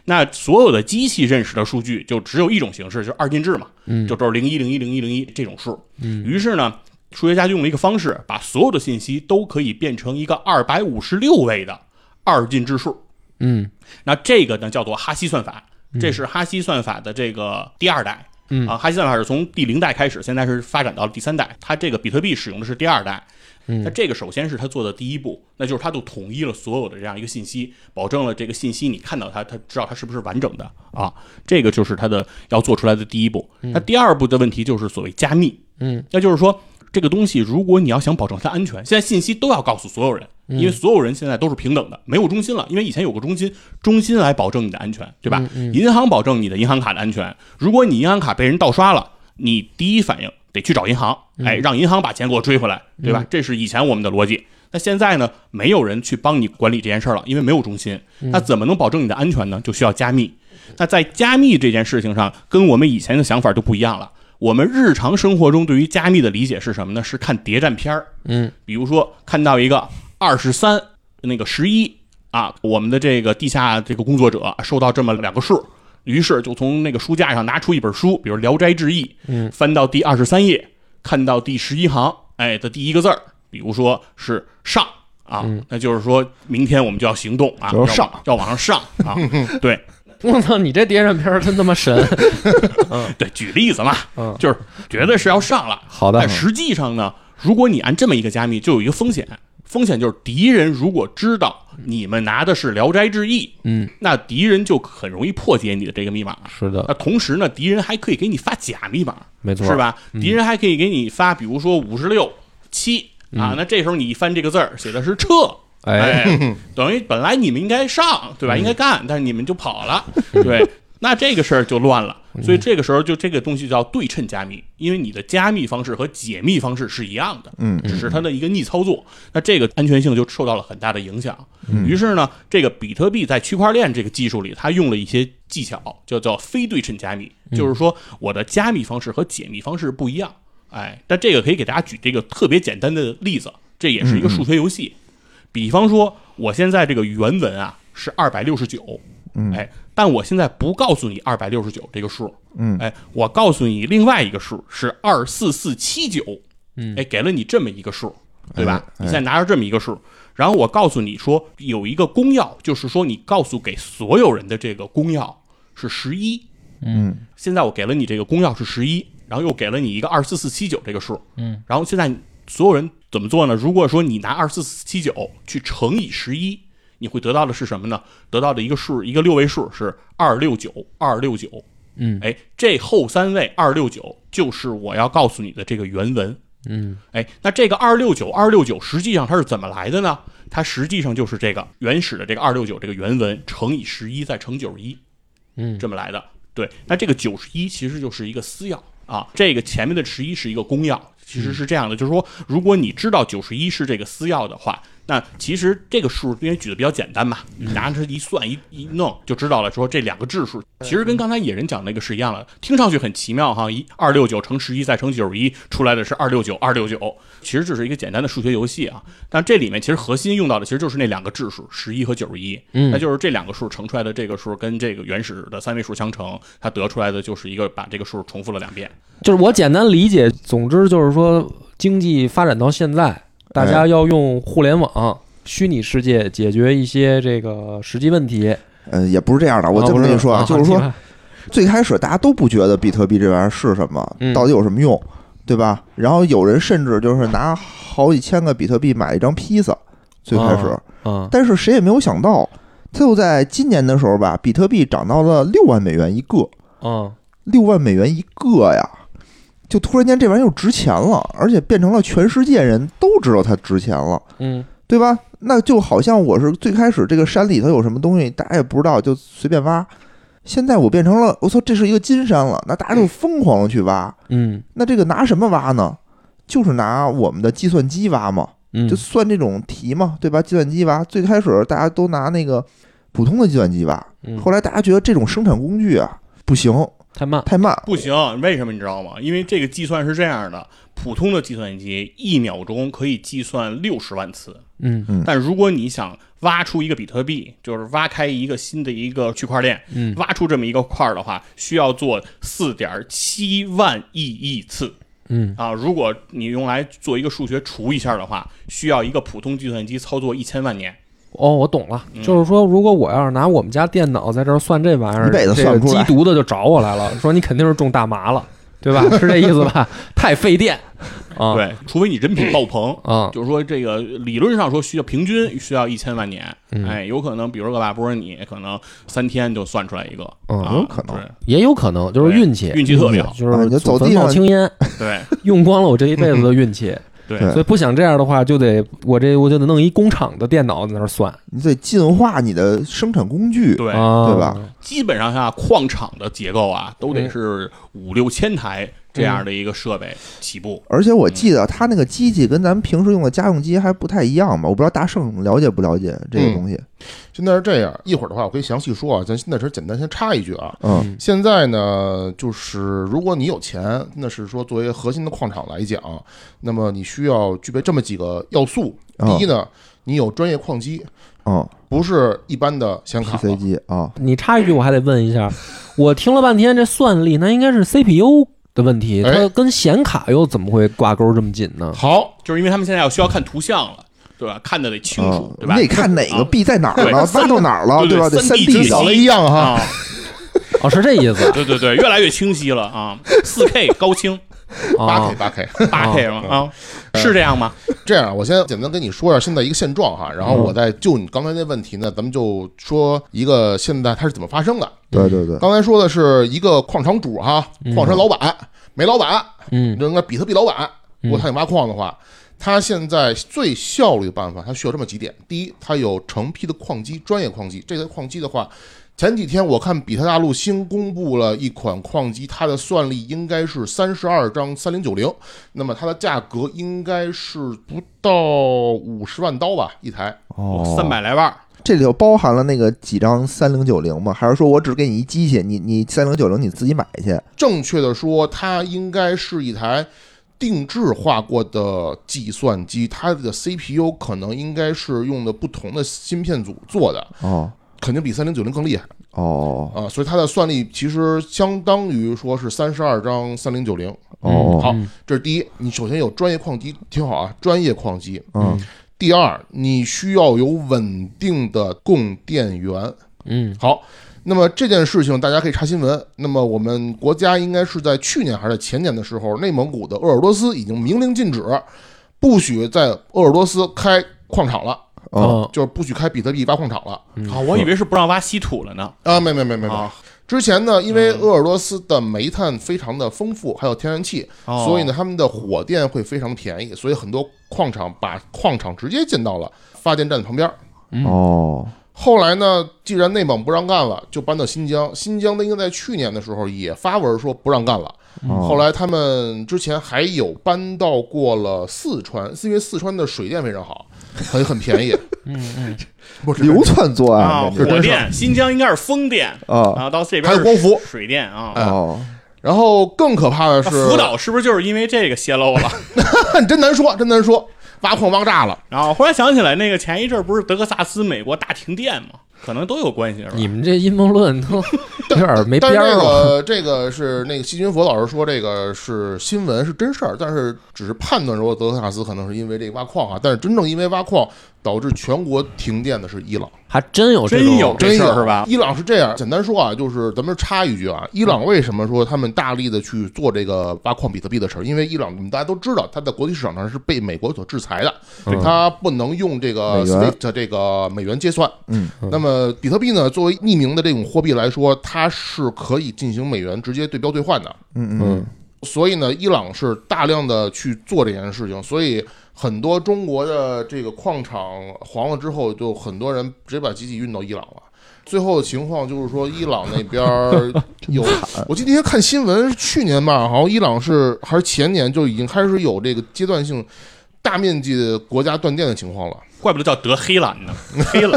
Speaker 3: 那所有的机器认识的数据就只有一种形式，就是二进制嘛，
Speaker 2: 嗯
Speaker 3: 就都是零一零一零一零一这种数。于是呢，数学家就用了一个方式，把所有的信息都可以变成一个二百五十六位的二进制数。
Speaker 2: 嗯
Speaker 3: 那这个呢叫做哈希算法，这是哈希算法的这个第二代。
Speaker 2: 嗯
Speaker 3: 啊，哈希算法是从第零代开始，现在是发展到了第三代。它这个比特币使用的是第二代。
Speaker 2: 嗯
Speaker 3: 那这个首先是它做的第一步，那就是它就统一了所有的这样一个信息，保证了这个信息你看到它，它知道它是不是完整的啊。这个就是它的要做出来的第一步。那第二步的问题就是所谓加密，
Speaker 2: 嗯
Speaker 3: 那就是说，这个东西，如果你要想保证它安全，现在信息都要告诉所有人，因为所有人现在都是平等的，没有中心了。因为以前有个中心，中心来保证你的安全，对吧？银行保证你的银行卡的安全。如果你银行卡被人盗刷了，你第一反应得去找银行，哎，让银行把钱给我追回来，对吧？这是以前我们的逻辑。那现在呢，没有人去帮你管理这件事儿了，因为没有中心。那怎么能保证你的安全呢？就需要加密。那在加密这件事情上，跟我们以前的想法就不一样了。我们日常生活中对于加密的理解是什么呢？是看谍战片儿，
Speaker 2: 嗯，
Speaker 3: 比如说看到一个二十三，那个十一啊，我们的这个地下这个工作者收到这么两个数，于是就从那个书架上拿出一本书，比如《聊斋志异》，嗯，翻到第二十三页，看到第十一行，哎的第一个字儿，比如说是上。啊，那就是说明天我们就要行动啊，
Speaker 4: 就是
Speaker 3: 要
Speaker 4: 上
Speaker 3: 要往上上啊，对，
Speaker 2: *laughs* 我操，你这谍战片儿真他妈神！
Speaker 3: 对，举例子嘛，
Speaker 2: 嗯
Speaker 3: 就是觉得是要上了，
Speaker 2: 好的
Speaker 3: 但实际上呢，如果你按这么一个加密，就有一个风险，风险就是敌人如果知道你们拿的是《聊斋志异》，
Speaker 2: 嗯，
Speaker 3: 那敌人就很容易破解你的这个密码。
Speaker 2: *laughs* 是的，
Speaker 3: 那同时呢，敌人还可以给你发假密码，
Speaker 2: 没错，嗯
Speaker 3: 是？吧？敌人还可以给你发，比如说五十六七啊，那这时候你一翻这个字儿，写的是撤。
Speaker 2: 嗯哎，
Speaker 3: 哎， *laughs* 等于本来你们应该上，对吧？应该干，但是你们就跑了，对，那这个事儿就乱了。所以这个时候就这个东西叫对称加密，因为你的加密方式和解密方式是一样的，
Speaker 4: 嗯
Speaker 3: 只是它的一个逆操作，那这个安全性就受到了很大的影响。于是呢，这个比特币在区块链这个技术里，它用了一些技巧，叫做非对称加密，就是说我的加密方式和解密方式不一样。哎，但这个可以给大家举这个特别简单的例子，这也是一个数学游戏。比方说，我现在这个原文啊是二百六十九，哎，但我现在不告诉你二百六十九这个数，
Speaker 4: 嗯
Speaker 3: 哎，我告诉你另外一个数是二四四七九，嗯，哎，给了你这么一个数，对吧？
Speaker 4: 哎
Speaker 3: 你现在拿着这么一个数，然后我告诉你说有一个公钥，就是说你告诉给所有人的这个公钥是十一，
Speaker 4: 嗯，
Speaker 3: 现在我给了你这个公钥是十一，然后又给了你一个二四四七九这个数，嗯，然后现在所有人怎么做呢？如果说你拿二四四七九去乘以十一，你会得到的是什么呢？得到的一个数，一个六位数是二六九二六九，
Speaker 2: 嗯，
Speaker 3: 哎，这后三位二六九就是我要告诉你的这个原文，
Speaker 2: 嗯，
Speaker 3: 哎，那这个二六九二六九实际上它是怎么来的呢？它实际上就是这个原始的这个二六九这个原文乘以十一再乘九十一，
Speaker 2: 嗯
Speaker 3: 这么来的。对，那这个九十一其实就是一个私钥啊，这个前面的十一是一个公钥，其实是这样的，就是说，如果你知道九十一是这个私钥的话，那其实这个数因为举的比较简单嘛，你拿着一算一一弄就知道了，说这两个质数其实跟刚才野人讲那个是一样的，听上去很奇妙哈，一二六九乘十一再乘九十一出来的是二六九二六九，其实就是一个简单的数学游戏啊，但这里面其实核心用到的其实就是那两个质数十一和九十一，
Speaker 2: 嗯
Speaker 3: 那就是这两个数乘出来的这个数跟这个原始的三位数相乘，它得出来的就是一个把这个数重复了两遍。
Speaker 2: 就是我简单理解，总之就是说，经济发展到现
Speaker 4: 哎
Speaker 2: 在，大家要用互联网、虚拟世界解决一些这个实际问题。
Speaker 4: 呃，也不是这样的。我这么跟你说
Speaker 2: 啊，
Speaker 4: 就是说，
Speaker 2: 啊
Speaker 4: 最开始大家都不觉得比特币这玩意儿是什么，
Speaker 2: 嗯
Speaker 4: 到底有什么用，对吧？然后有人甚至就是拿好几千个比特币买一张披萨，最开始，
Speaker 2: 啊，
Speaker 4: 但是谁也没有想到，就在今年的时候吧，比特币涨到了六万美元一个，
Speaker 2: 嗯
Speaker 4: 六万美元一个呀！就突然间这玩意儿又值钱了，而且变成了全世界人都知道它值钱了。
Speaker 2: 嗯
Speaker 4: 对吧？那就好像我是最开始这个山里头有什么东西，大家也不知道，就随便挖。现在我变成了，我操，这是一个金山了，那大家就疯狂的去挖。
Speaker 2: 嗯
Speaker 4: 那这个拿什么挖呢？就是拿我们的计算机挖嘛，
Speaker 2: 嗯，
Speaker 4: 就算这种题嘛，对吧？计算机挖，最开始大家都拿那个普通的计算机挖，
Speaker 2: 嗯
Speaker 4: 后来大家觉得这种生产工具啊不行，
Speaker 2: 太慢。
Speaker 4: 太慢，
Speaker 3: 不行，为什么你知道吗？因为这个计算是这样的，普通的计算机一秒钟可以计算六十万次，
Speaker 2: 嗯
Speaker 3: 但如果你想挖出一个比特币，就是挖开一个新的一个区块链，
Speaker 2: 嗯
Speaker 3: 挖出这么一个块儿的话，需要做四点七万亿亿次。
Speaker 2: 嗯
Speaker 3: 啊，如果你用来做一个数学除一下的话，需要一个普通计算机操作一千万年。
Speaker 2: 哦，我懂了，
Speaker 3: 嗯
Speaker 2: 就是说，如果我要是拿我们家电脑在这儿算这玩意儿，
Speaker 4: 一辈子
Speaker 2: 这
Speaker 4: 算
Speaker 2: 个
Speaker 4: 不出
Speaker 2: 缉
Speaker 4: 来 *laughs*
Speaker 2: 毒的就找我来了，说你肯定是中大麻了，对吧？是这意思吧？太费电啊，
Speaker 3: 对，除非你人品爆棚，
Speaker 2: 啊，
Speaker 3: 就是说这个理论上说需要平均需要一千万年，
Speaker 2: 嗯
Speaker 3: 哎，有可能，比如个拉波你可能三天就算出来一个，
Speaker 2: 嗯
Speaker 3: 啊
Speaker 4: 有可能
Speaker 3: 对
Speaker 2: 也有可能就是
Speaker 3: 对
Speaker 2: 运气，
Speaker 3: 运气特别好，
Speaker 2: 就
Speaker 4: 啊你
Speaker 2: 是
Speaker 4: 就走
Speaker 2: 坟
Speaker 4: 地
Speaker 2: 冒
Speaker 4: 上
Speaker 2: 青烟， *laughs*
Speaker 3: 对
Speaker 2: 用光了我这一辈子的运气，
Speaker 3: 对
Speaker 4: 对
Speaker 2: 所以不想这样的话，就得我这我就得弄一工厂的电脑在那儿算，
Speaker 4: 你得进化你的生产工具，
Speaker 3: 对，
Speaker 2: 啊，
Speaker 4: 对吧？
Speaker 3: 基本上啊，矿场的结构啊，都得
Speaker 2: 嗯
Speaker 3: 是五六千台这样的一个设备起步，
Speaker 4: 而且我记得
Speaker 3: 嗯
Speaker 4: 它那个机器跟咱们平时用的家用机还不太一样吧？我不知道大圣了解不了解这个东西。嗯
Speaker 5: 现在是这样，一会儿的话我可以详细说啊，咱现在是简单先插一句啊。
Speaker 4: 嗯
Speaker 5: 现在呢，就是如果你有钱，那是说作为核心的矿场来讲，那么你需要具备这么几个要素。
Speaker 4: 哦
Speaker 5: 第一呢，你有专业矿机，
Speaker 4: 嗯
Speaker 5: 不是一般的显卡了
Speaker 4: p c 机啊，
Speaker 2: 你插一句，我还得问一下，我听了半天这算力，那应该是 CPU 的问题，
Speaker 5: 哎
Speaker 2: 它跟显卡又怎么会挂钩这么紧呢？
Speaker 5: 好，
Speaker 3: 就是因为他们现在要需要看图像了，对吧？看的得清楚
Speaker 4: 嗯，，
Speaker 3: 对吧？
Speaker 4: 你得看哪个
Speaker 3: 啊
Speaker 4: 币在哪儿
Speaker 3: 对
Speaker 4: 了，挖到哪儿了，
Speaker 3: 对
Speaker 4: 吧？得
Speaker 3: 三
Speaker 4: 三
Speaker 3: D
Speaker 5: 至
Speaker 3: 之
Speaker 5: 少
Speaker 4: 的
Speaker 5: 了一样哈。
Speaker 3: 啊，
Speaker 2: 哦，是这意
Speaker 3: *laughs*
Speaker 2: 思
Speaker 3: 对对对，越来越清晰了啊，四 K 高清，
Speaker 5: 八
Speaker 2: 啊
Speaker 5: K 八 K，
Speaker 3: 八 K 吗？啊，是这样吗？
Speaker 5: 这样，我先简单跟你说一下现在一个现状哈，然后我再就你刚才那问题呢，咱们就说一个现在它是怎么发生的。
Speaker 4: 对对嗯对，
Speaker 5: 刚才说的是一个矿场主哈，矿山老板、煤老板，
Speaker 2: 嗯
Speaker 5: 这应该比特币老板，
Speaker 2: 嗯
Speaker 5: 如果他想挖矿的话，他现在最效率的办法，他需要这么几点：第一，他有成批的矿机，专业矿机。这台矿机的话，前几天我看比特大陆新公布了一款矿机，它的算力应该是三十二张三零九零，那么它的价格应该是不到五十万刀吧一台。
Speaker 4: 哦，
Speaker 3: 三百来万儿，
Speaker 4: 这里头包含了那个几张三零九零吗？还是说我只给你一机器，你你三零九零你自己买去？
Speaker 5: 正确的说，它应该是一台定制化过的计算机，它的 CPU 可能应该是用的不同的芯片组做的，
Speaker 4: 哦
Speaker 5: 肯定比三零九零更厉害
Speaker 4: 哦
Speaker 5: 啊、所以它的算力其实相当于说是三十二张三零九零。
Speaker 4: 哦，
Speaker 5: 嗯好，这是第一，你首先有专业矿机，听好啊，专业矿机。
Speaker 4: 嗯
Speaker 5: 第二，你需要有稳定的供电源。
Speaker 2: 嗯
Speaker 5: 好，那么这件事情大家可以查新闻。那么我们国家应该是在去年还是前年的时候，内蒙古的鄂尔多斯已经明令禁止，不许在鄂尔多斯开矿场了，
Speaker 4: 哦，
Speaker 5: 就是不许开比特币挖矿场了。
Speaker 3: 啊，我以为是不让挖稀土了呢，
Speaker 5: 啊，没没没没没
Speaker 3: 啊。嗯
Speaker 5: 之前呢，因为鄂尔多斯的煤炭非常的丰富，还有天然气，
Speaker 3: 哦
Speaker 5: 所以呢，他们的火电会非常便宜，所以很多矿场把矿场直接建到了发电站旁边儿。
Speaker 4: 哦，
Speaker 5: 后来呢，既然内蒙不让干了，就搬到新疆。新疆呢，应该在去年的时候也发文说不让干了。
Speaker 3: 嗯
Speaker 5: 嗯后来他们之前还有搬到过了四川，是因为四川的水电非常好，很很便
Speaker 3: *laughs*
Speaker 5: 宜。
Speaker 3: 嗯
Speaker 5: *laughs*
Speaker 4: 不是流窜作
Speaker 3: 啊，
Speaker 4: 案这
Speaker 3: 火电，新疆应该是风电，
Speaker 4: 啊
Speaker 3: 啊，到这边
Speaker 5: 还有
Speaker 3: 是
Speaker 5: 光伏
Speaker 3: 水电啊。
Speaker 4: 哦，
Speaker 5: 然后更可怕的
Speaker 3: 那
Speaker 5: 是，
Speaker 3: 福岛是不是就是因为这个泄露了？
Speaker 5: 真难说，真难说，挖矿挖炸了。
Speaker 3: 然后忽然想起来，那个前一阵儿不是德克萨斯美国大停电嘛，可能都有关系，是吧？
Speaker 2: 你们这阴谋论都有点没
Speaker 5: 但
Speaker 2: 哎边
Speaker 5: 是
Speaker 2: 儿
Speaker 5: 这
Speaker 2: 了。
Speaker 5: 个 *laughs* 这个是那个细菌佛老师说，这个是新闻是真事儿，但是只是判断说德克萨斯可能是因为这个挖矿啊，但是真正因为挖矿导致全国停电的是伊朗，
Speaker 2: 还真有这种
Speaker 3: 真有这
Speaker 5: 真
Speaker 3: 事儿
Speaker 5: 有
Speaker 3: 是吧
Speaker 5: 伊朗是这样，简单说啊，就是咱们插一句啊，伊朗为什么说他们大力的去做这个挖矿比特币的事儿？因为伊朗我们大家都知道，它在国际市场上是被美国所制裁的，它不能用这个
Speaker 4: 美元
Speaker 5: SWIFT 这个美元结算，
Speaker 4: 嗯，
Speaker 5: 那么比特币呢，作为匿名的这种货币来说，它是可以进行美元直接对标兑换的。
Speaker 4: 嗯嗯
Speaker 5: 所以呢，伊朗是大量的去做这件事情，所以很多中国的这个矿场黄了之后，就很多人直接把机器运到伊朗了。最后的情况就是说，伊朗那边儿有，我记得那天看新闻，去年吧，好像伊朗是还是前年就已经开始有这个阶段性大面积的国家断电的情况了。
Speaker 3: 怪不得叫德黑兰呢，黑兰。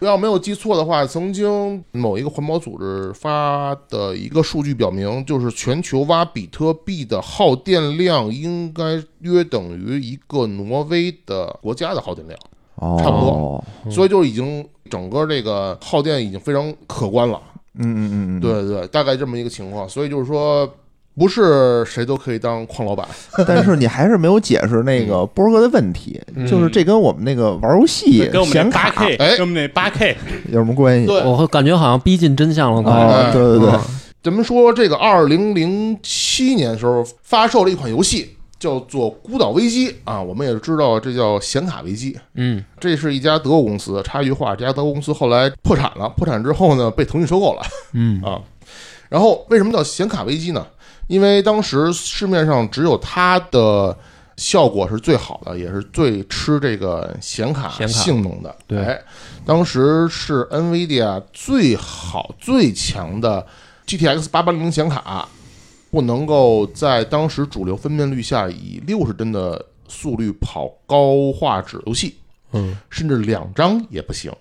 Speaker 5: 要没有记错的话，曾经某一个环保组织发的一个数据表明，就是全球挖比特币的耗电量应该约等于一个挪威的国家的耗电量，
Speaker 4: 哦，
Speaker 5: 差不多，所以就已经整个这个耗电已经非常可观了。
Speaker 4: 嗯嗯嗯，嗯
Speaker 5: 对。对对，大概这么一个情况。所以就是说，不是谁都可以当矿老板。
Speaker 4: 但是你还是没有解释那个波哥的问题，就是这跟我们那个玩游戏
Speaker 3: 跟我们
Speaker 4: 显
Speaker 3: 那八
Speaker 4: 卡
Speaker 3: K，
Speaker 5: 哎
Speaker 3: 跟我们那八 K，
Speaker 4: 有什么关系？
Speaker 5: 对
Speaker 2: 我会感觉好像逼近真相了，快
Speaker 4: 哦，对对对，
Speaker 5: 咱们说这个二零零七年时候发售了一款游戏，叫做孤岛危机啊，我们也知道这叫显卡危机。
Speaker 2: 嗯
Speaker 5: 这是一家德国公司，插一句话，这家德国公司后来破产了，破产之后呢，被腾讯收购了。
Speaker 2: 嗯
Speaker 5: 啊，然后为什么叫显卡危机呢？因为当时市面上只有它的效果是最好的，也是最吃这个显卡
Speaker 2: 显卡
Speaker 5: 性能的。
Speaker 2: 对
Speaker 5: 哎，当时是 NVIDIA 最好最强的 GTX 八八零显卡，不能够在当时主流分辨率下以六十帧的速率跑高画质游戏，
Speaker 2: 嗯，
Speaker 5: 甚至两张也不行。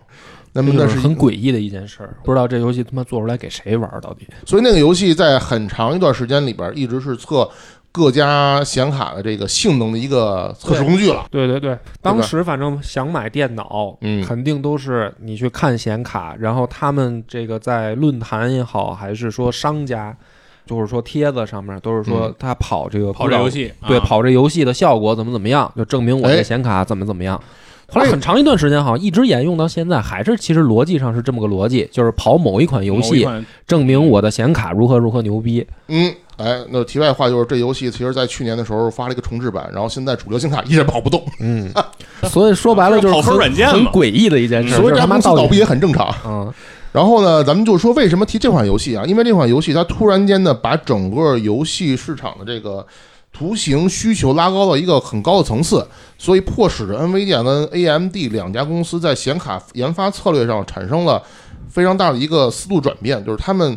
Speaker 5: 那
Speaker 2: 这
Speaker 5: 么
Speaker 2: 就
Speaker 5: 那
Speaker 2: 是
Speaker 5: 是
Speaker 2: 很诡异的一件事儿，不知道这游戏他妈做出来给谁玩儿到底。
Speaker 5: 所以那个游戏在很长一段时间里边一直是测各家显卡的这个性能的一个测试工具了。
Speaker 2: 对对对，当时反正想买电脑，
Speaker 5: 嗯
Speaker 2: 肯定都是你去看显卡，然后他们这个在论坛也好，还是说商家，就是说帖子上面都是说他跑这个
Speaker 3: 跑这游，戏，
Speaker 2: 对，
Speaker 3: 啊
Speaker 2: 跑这游戏的效果怎么怎么样，就证明我这
Speaker 5: 哎
Speaker 2: 显卡怎么怎么样。后来很长一段时间，好像一直沿用到现在，还是其实逻辑上是这么个逻辑，就是跑某一款游
Speaker 3: 某一
Speaker 2: 戏，
Speaker 3: 款
Speaker 2: 证明我的显卡如何如何牛逼。
Speaker 5: 嗯，哎，那题外话就是这游戏其实在去年的时候发了一个重置版，然后现在主流显卡依然跑不动，
Speaker 2: *laughs* 嗯，所以说白了就是
Speaker 3: 跑分
Speaker 2: 很
Speaker 3: 软件
Speaker 2: 很
Speaker 3: 嘛
Speaker 2: 诡异的一件事，
Speaker 5: 所
Speaker 2: 就
Speaker 5: 以
Speaker 2: 是他
Speaker 5: 这家
Speaker 2: 妈
Speaker 5: 公司
Speaker 2: 到
Speaker 5: 倒闭
Speaker 2: 底
Speaker 5: 也很正常。
Speaker 2: 嗯
Speaker 5: 然后呢，咱们就说为什么提这款游戏啊？因为这款游戏它突然间呢，把整个游戏市场的这个图形需求拉高到一个很高的层次，所以迫使着 NVIDIA 啊跟 AMD 两家公司在显卡研发策略上产生了非常大的一个思路转变，就是他们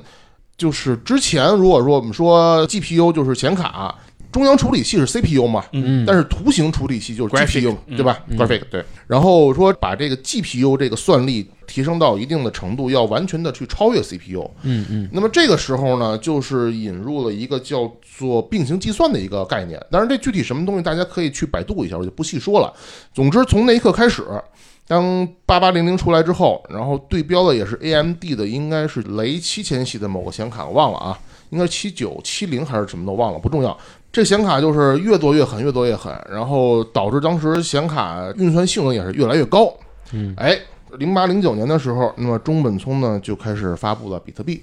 Speaker 5: 就是之前如果说我们说 GPU 就是显卡，中央处理器是 CPU 嘛，
Speaker 2: 嗯，
Speaker 5: 但是图形处理器就是
Speaker 3: Graphic，
Speaker 5: GPU，
Speaker 3: 嗯
Speaker 5: 对吧？Graphic 对。然后说把这个 GPU 这个算力提升到一定的程度，要完全的去超越 CPU。
Speaker 2: 嗯嗯
Speaker 5: 那么这个时候呢，就是引入了一个叫做并行计算的一个概念。当然，这具体什么东西大家可以去百度一下，我就不细说了。总之，从那一刻开始，当八八零零出来之后，然后对标的也是 AMD 的，应该是雷七千系的某个显卡，我忘了啊，应该是七九七零还是什么的，我忘了，不重要。这显卡就是越做越狠，越做越狠，然后导致当时显卡运算性能也是越来越高。
Speaker 2: 嗯，
Speaker 5: 哎，零八零九年的时候，那么中本聪呢就开始发布了比特币。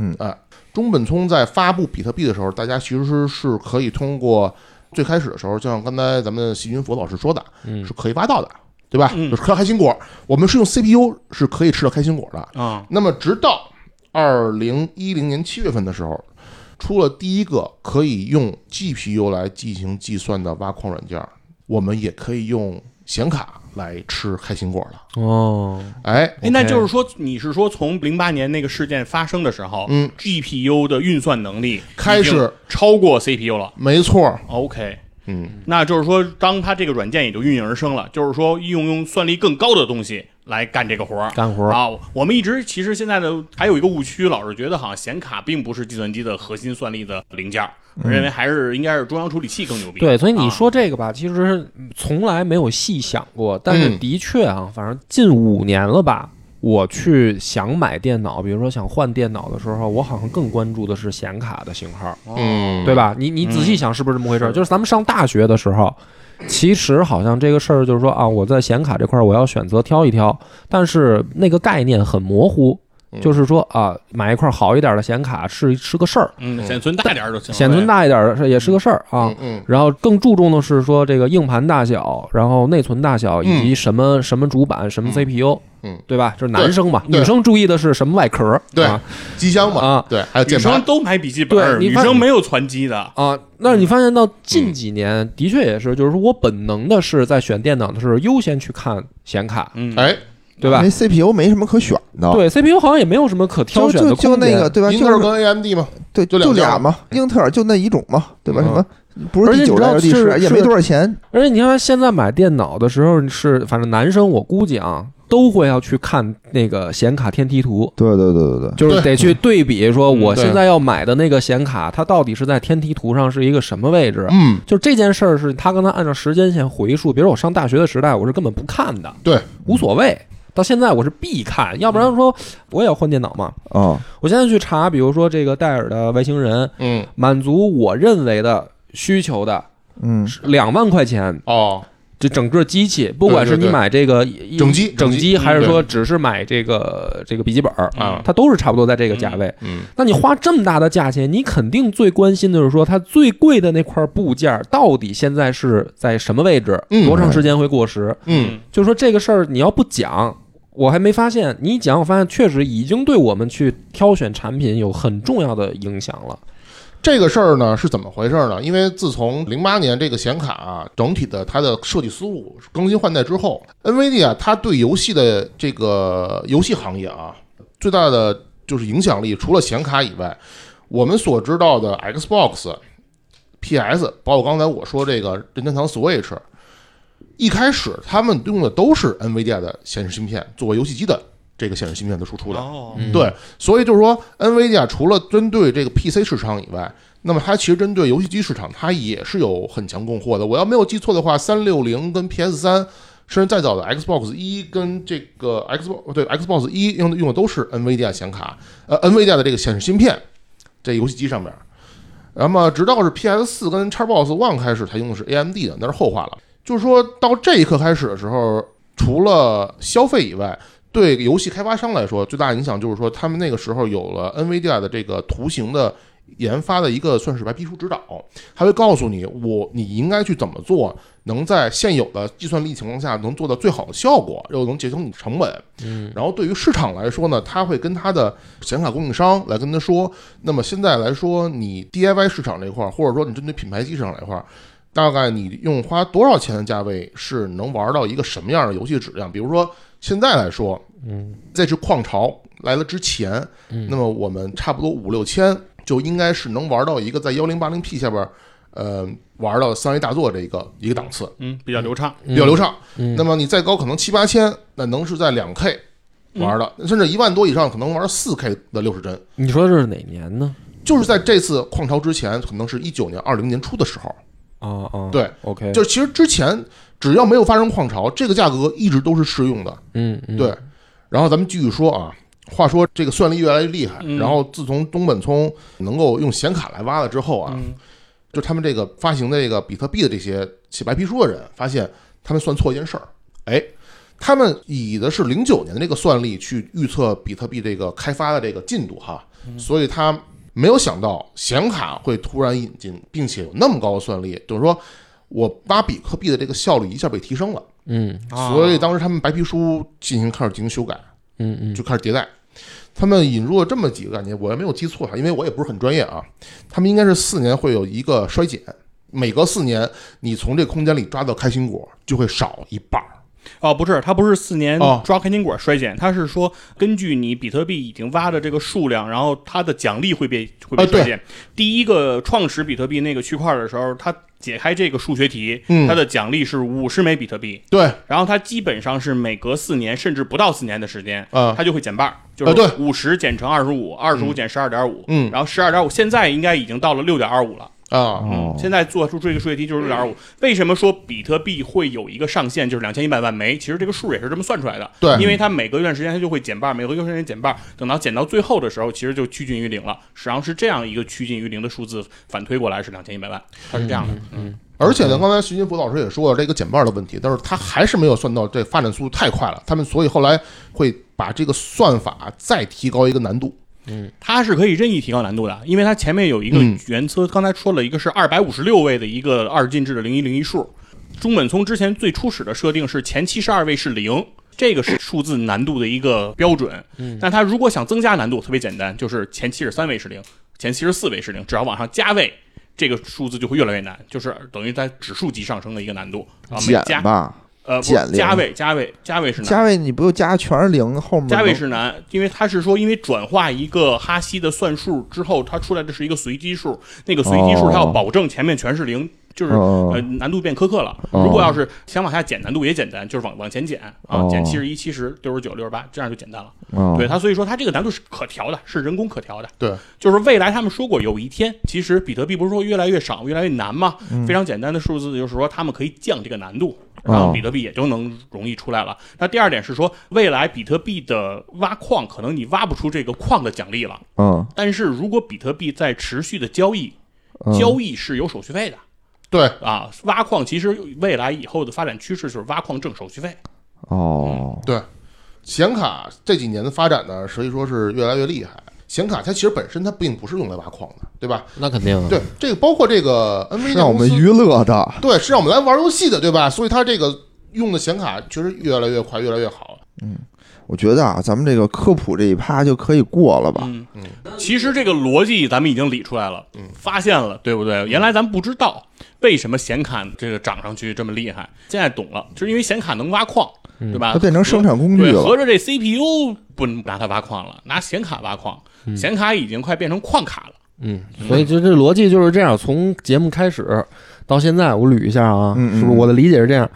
Speaker 4: 嗯
Speaker 5: 哎，中本聪在发布比特币的时候，大家其实是可以通过最开始的时候，就像刚才咱们席云佛老师说的，
Speaker 2: 嗯
Speaker 5: 是可以挖到的，对吧？
Speaker 3: 嗯
Speaker 5: 就是嗑开心果，我们是用 CPU 是可以吃到开心
Speaker 2: 嗯
Speaker 5: 果的。
Speaker 3: 啊，
Speaker 5: 那么直到二零一零年七月份的时候，出了第一个可以用 GPU 来进行计算的挖矿软件儿，我们也可以用显卡来吃开心果了。
Speaker 2: 哦，
Speaker 5: 哎，
Speaker 3: 哎，那就是说你是说从零八年那个事件发生的时候，
Speaker 5: 嗯
Speaker 3: ，GPU 的运算能力
Speaker 5: 开始
Speaker 3: 已经超过 CPU 了
Speaker 5: 没错儿，
Speaker 3: ，OK。
Speaker 5: 嗯，
Speaker 3: 那就是说，当它这个软件也就应运而生了，就是说用用算力更高的东西来干这个活儿。
Speaker 2: 干活儿
Speaker 3: 啊，我们一直其实现在的还有一个误区，老是觉得好像显卡并不是计算机的核心算力的零件儿，
Speaker 2: 嗯
Speaker 3: 我认为还是应该是中央处理器更牛逼。
Speaker 2: 对，所以你
Speaker 3: 啊
Speaker 2: 说这个吧，其实从来没有细想过，但是
Speaker 5: 嗯
Speaker 2: 的确啊，反正近五年了吧，我去想买电脑，比如说想换电脑的时候，我好像更关注的是显卡的型号，
Speaker 5: 嗯，
Speaker 2: 对吧？你你仔细想是不是这么回事儿？就是咱们上大学的时候。其实好像这个事儿就是说啊，我在显卡这块儿我要选择挑一挑，但是那个概念很模糊，
Speaker 5: 嗯
Speaker 2: 就是说啊，买一块好一点的显卡是是个事儿，
Speaker 3: 嗯，显存大点儿就行了呗。
Speaker 2: 显存大一点儿的也是个事儿啊。
Speaker 5: 嗯嗯，
Speaker 2: 然后更注重的是说这个硬盘大小，然后内存大小以及什么、什么主板、什么 CPU，
Speaker 5: 嗯
Speaker 2: 对吧？就是男生嘛，
Speaker 5: 对
Speaker 2: 女生注意的是什么外壳，
Speaker 5: 对
Speaker 2: 啊
Speaker 5: 机箱嘛，
Speaker 2: 啊
Speaker 5: 对，还有
Speaker 3: 女
Speaker 5: 键
Speaker 3: 生
Speaker 5: 盘，
Speaker 3: 都买笔记本
Speaker 2: 对
Speaker 3: 儿，
Speaker 2: 你
Speaker 3: 女
Speaker 2: 发
Speaker 3: 生没有传机的。
Speaker 2: 啊。那你发现到近几年，的确也是，就是说我本能的是在选电脑的时候优先去看显卡，
Speaker 3: 嗯，
Speaker 5: 哎，
Speaker 2: 对吧
Speaker 4: 没？CPU 没什么可选的，
Speaker 2: 对 CPU 好像也没有什么可挑
Speaker 4: 就
Speaker 2: 选
Speaker 4: 就
Speaker 2: 的
Speaker 4: 就
Speaker 2: 空
Speaker 4: 那个
Speaker 2: 间。
Speaker 4: 对吧？
Speaker 5: 英特尔
Speaker 4: 就是
Speaker 5: 跟 AMD 嘛，
Speaker 4: 对，
Speaker 5: 就
Speaker 4: 就
Speaker 5: 两家
Speaker 4: 俩嘛，英特尔就那一种嘛，对吧？
Speaker 2: 嗯
Speaker 4: 什么不是
Speaker 2: 而且
Speaker 4: 第
Speaker 2: 你
Speaker 4: 九
Speaker 2: 知道
Speaker 4: 代，第
Speaker 2: 是
Speaker 4: 十，也
Speaker 2: 是
Speaker 4: 没多少钱，
Speaker 2: 而且你看现在买电脑的时候是，反正男生我估计啊，都会要去看那个显卡天梯图。
Speaker 4: 对对对对对，
Speaker 2: 就是得去对比，说
Speaker 3: 嗯
Speaker 2: 我
Speaker 5: 对
Speaker 2: 现在要买的那个显卡，它到底是在天梯图上是一个什么位置？
Speaker 5: 嗯，
Speaker 2: 就这件事儿是他刚才按照时间线回溯，比如我上大学的时代，我是根本不看的，
Speaker 5: 对，
Speaker 2: 无所谓。到现在我是必看，要不然说我也要换电脑嘛。
Speaker 4: 啊，
Speaker 2: 我现在去查，比如说这个戴尔的外星人，
Speaker 5: 嗯，
Speaker 2: 满足我认为的需求的
Speaker 4: 嗯，
Speaker 2: 两万块钱，
Speaker 5: 哦，
Speaker 2: 就整个机器，不管是
Speaker 5: 对对
Speaker 2: 你
Speaker 5: 对
Speaker 2: 买这个一
Speaker 5: 整机
Speaker 2: 整
Speaker 5: 整机
Speaker 2: 还是
Speaker 5: 嗯对
Speaker 2: 说只是买这个这个笔记本儿
Speaker 3: 啊
Speaker 2: 它都是差不多在这个价位。
Speaker 5: 嗯，
Speaker 2: 那你花这么大的价钱，你肯定最关心的是说，它最贵的那块部件儿到底现在是在什么位置，
Speaker 5: 嗯
Speaker 2: 多长时间会过时？
Speaker 5: 嗯，
Speaker 2: 就是说这个事儿你要不讲，我还没发现，你一讲，我发现确实已经对我们去挑选产品有很重要的影响了。
Speaker 5: 这个事儿呢是怎么回事呢？因为自从零八年这个显卡、啊、整体的它的设计思路更新换代之后，NVD 啊，它对游戏的这个游戏行业啊，最大的就是影响力，除了显卡以外，我们所知道的 Xbox、PS，包括刚才我说这个任天堂 Switch，一开始他们用的都是 NVIDIA 的显示芯片作为游戏机的这个显示芯片的输出的。
Speaker 3: 哦，
Speaker 2: 嗯
Speaker 5: 对，所以就是说，NVIDIA 除了针对这个 PC 市场以外，那么它其实针对游戏机市场，它也是有很强供货的。我要没有记错的话，三六零跟 PS 三，甚至再早的 Xbox 一跟这个 Xbox 对 Xbox 一用的用的都是 NVIDIA 显卡，呃，NVIDIA 的这个显示芯片，这游戏机上面。那么直到是 PS 四跟 Xbox One 开始才用的是 AMD 的，那是后话了。就是说到这一刻开始的时候，除了消费以外，对游戏开发商来说，最大影响就是说，他们那个时候有了 NVIDIA 的这个图形的研发的一个算是白皮书指导，还会告诉你我你应该去怎么做，能在现有的计算力情况下能做到最好的效果，又能节省你成本。嗯，然后对于市场来说呢，他会跟他的显卡供应商来跟他说，那么现在来说，你 DIY 市场这块儿，或者说你针对品牌机市场这块儿。大概你用花多少钱的价位是能玩到一个什么样的游戏质量？比如说现在来说，在这矿潮来了之前，那么我们差不多五六千就应该是能玩到一个在幺零八零 P 下边儿，呃，玩到三 A 大作这一个一个档次
Speaker 3: 嗯，比较流畅，
Speaker 5: 比较流畅。那么你再高可能七八千，那能是在两 K 玩的，甚至一万多以上可能玩四 K 的六十帧。
Speaker 2: 你说这是哪年呢？
Speaker 5: 就是在这次矿潮之前，可能是一九年、二零年初的时候，
Speaker 2: 啊啊，
Speaker 5: 对
Speaker 2: ，OK，
Speaker 5: 就是其实之前只要没有发生矿潮，这个价格一直都是适用的。
Speaker 2: 嗯嗯，
Speaker 5: 对，然后咱们继续说啊。话说这个算力越来越厉害，
Speaker 3: 嗯
Speaker 5: 然后自从东本聪能够用显卡来挖了之后啊，
Speaker 3: 嗯
Speaker 5: 就他们这个发行这个比特币的这些写白皮书的人，发现他们算错一件事儿。哎，他们以的是零九年的这个算力去预测比特币这个开发的这个进度哈，
Speaker 3: 嗯
Speaker 5: 所以他没有想到显卡会突然引进，并且有那么高的算力，就是说我挖比特币的这个效率一下被提升了。
Speaker 2: 嗯
Speaker 3: 啊
Speaker 5: 所以当时他们白皮书进行开始进行修改，
Speaker 2: 嗯嗯，
Speaker 5: 就开始迭代。他们引入了这么几个概念，我也没有记错啊，因为我也不是很专业啊。他们应该是四年会有一个衰减，每隔四年你从这空间里抓到开心果就会少一半儿。
Speaker 3: 哦，不是，它不是四年
Speaker 5: 哦
Speaker 3: 抓开心果衰减，它是说根据你比特币已经挖的这个数量，然后它的奖励会被
Speaker 2: 哦
Speaker 3: 会被
Speaker 5: 啊对
Speaker 3: 衰减。第一个创始比特币那个区块的时候，它解开这个数学题，
Speaker 5: 嗯
Speaker 3: 它的奖励是五十枚比特币，
Speaker 5: 对，
Speaker 3: 然后它基本上是每隔四年甚至不到四年的时间，
Speaker 5: 啊
Speaker 3: 它就会减半儿，就
Speaker 5: 啊对
Speaker 3: 是五十减乘二十五，二十五减十二点五，
Speaker 5: 嗯
Speaker 3: 然后十二点五现在应该已经到了六点二五了。
Speaker 5: 啊，
Speaker 4: 哦
Speaker 3: 现在做出这个数学题就是六点五。为什么说比特币会有一个上限，就是两千一百万枚？其实这个数也是这么算出来的。
Speaker 5: 对
Speaker 3: 因为它每隔一段时间它就会减半，每隔一段时间减半，等到减到最后的时候，其实就趋近于零了。实际上是这样一个趋近于零的数字，反推过来是两千一百万，它是这样的。嗯，
Speaker 5: 而且呢，刚才徐金福老师也说了这个减半的问题，但是他还是没有算到这发展速度太快了，他们所以后来会把这个算法再提高一个难度。
Speaker 3: 它是可以任意提高难度的，因为它前面有一个
Speaker 5: 嗯
Speaker 3: 原测，刚才说了一个是二百五十六位的一个二进制的零一零一数。中本聪之前最初始的设定是前七十二位是零，这个是数字难度的一个标准。
Speaker 4: 嗯
Speaker 3: 那它如果想增加难度，特别简单，就是前七十三位是零，前七十四位是零，只要往上加位，这个数字就会越来越难，就是等于在指数级上升的一个难度。然后每
Speaker 4: 减
Speaker 3: 啊加
Speaker 4: 吧，
Speaker 3: 呃不
Speaker 4: 减零
Speaker 3: 加位加位加位是难
Speaker 4: 加位你不就加全是零，后面
Speaker 3: 加位
Speaker 4: 能
Speaker 3: 是难，因为它是说，因为转化一个哈希的算术之后，它出来的是一个随机数，那个随机数
Speaker 4: 哦
Speaker 3: 它要保证前面全是零，就是、
Speaker 4: 哦
Speaker 3: 呃难度变苛刻了。
Speaker 4: 哦
Speaker 3: 如果要是想往下减，难度也简单，就是往往前减啊，
Speaker 4: 哦
Speaker 3: 减七十一、七十、六十九、六十八，这样就简单了。
Speaker 4: 哦
Speaker 3: 对它，所以说它这个难度是可调的，是人工可调的。
Speaker 5: 对，
Speaker 3: 就是未来他们说过，有一天，其实比特币不是说越来越少、越来越难吗？非常简单的数字就是说，他们可以降这个难度，然后比特币也就能容易出来了。那第二点是说，未来比特币的挖矿可能你挖不出这个矿的奖励了，
Speaker 4: 嗯
Speaker 3: 但是如果比特币在持续的交易，
Speaker 4: 嗯
Speaker 3: 交易是有手续费的。
Speaker 5: 对，
Speaker 3: 啊，挖矿其实未来以后的发展趋势就是挖矿挣手续费。
Speaker 4: 哦，
Speaker 5: 显卡这几年的发展呢，所以说是越来越厉害。显卡它其实本身它并不是用来挖矿的，对吧？
Speaker 6: 那肯定啊。
Speaker 5: 对，这个包括这个
Speaker 3: 嗯
Speaker 5: NVIDIA
Speaker 4: 让我们
Speaker 5: 公司
Speaker 4: 娱乐的，
Speaker 5: 对，是让我们来玩游戏的，对吧？所以它这个用的显卡确实越来越快，越来越好。
Speaker 4: 我觉得啊，咱们这个科普这一趴就可以过了吧？
Speaker 3: 嗯，其实这个逻辑咱们已经理出来了，
Speaker 5: 嗯
Speaker 3: 发现了，对不对？原来咱们不知道为什么显卡这个涨上去这么厉害，现在懂了，就是因为显卡能挖矿，
Speaker 5: 嗯
Speaker 3: 对吧？
Speaker 4: 它变成生产工具
Speaker 3: 对，合
Speaker 4: 了，
Speaker 3: 着这 CPU 不拿它挖矿了，拿显卡挖矿，
Speaker 5: 嗯
Speaker 3: 显卡已经快变成矿卡了。
Speaker 6: 嗯，所以就这逻辑就是这样。从节目开始到现在，我捋一下啊，
Speaker 4: 嗯嗯
Speaker 6: 是不是我的理解是这样？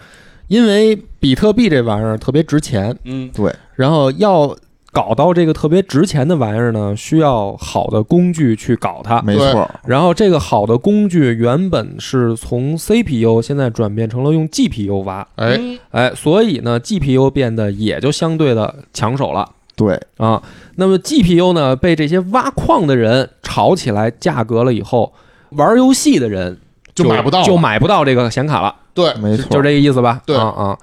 Speaker 6: 因为比特币这玩意儿特别值钱，
Speaker 3: 嗯，
Speaker 6: 然后要
Speaker 2: 搞到这个特别值钱的玩意儿呢，需要好的工具去搞它。
Speaker 4: 没错，
Speaker 2: 然后这个好的工具原本是从 CPU，现在转变成了用 GPU 挖，
Speaker 5: 哎，
Speaker 3: 嗯
Speaker 2: 哎，所以呢 GPU 变得也就相对的抢手了。
Speaker 4: 对，
Speaker 2: 啊，那么 GPU 呢，被这些挖矿的人炒起来价格了以后，玩游戏的人
Speaker 5: 就买不到了
Speaker 2: 就买不到这个显卡了，
Speaker 5: 对，
Speaker 4: 没错，
Speaker 2: 就是这个意思吧？
Speaker 5: 对
Speaker 2: 啊啊。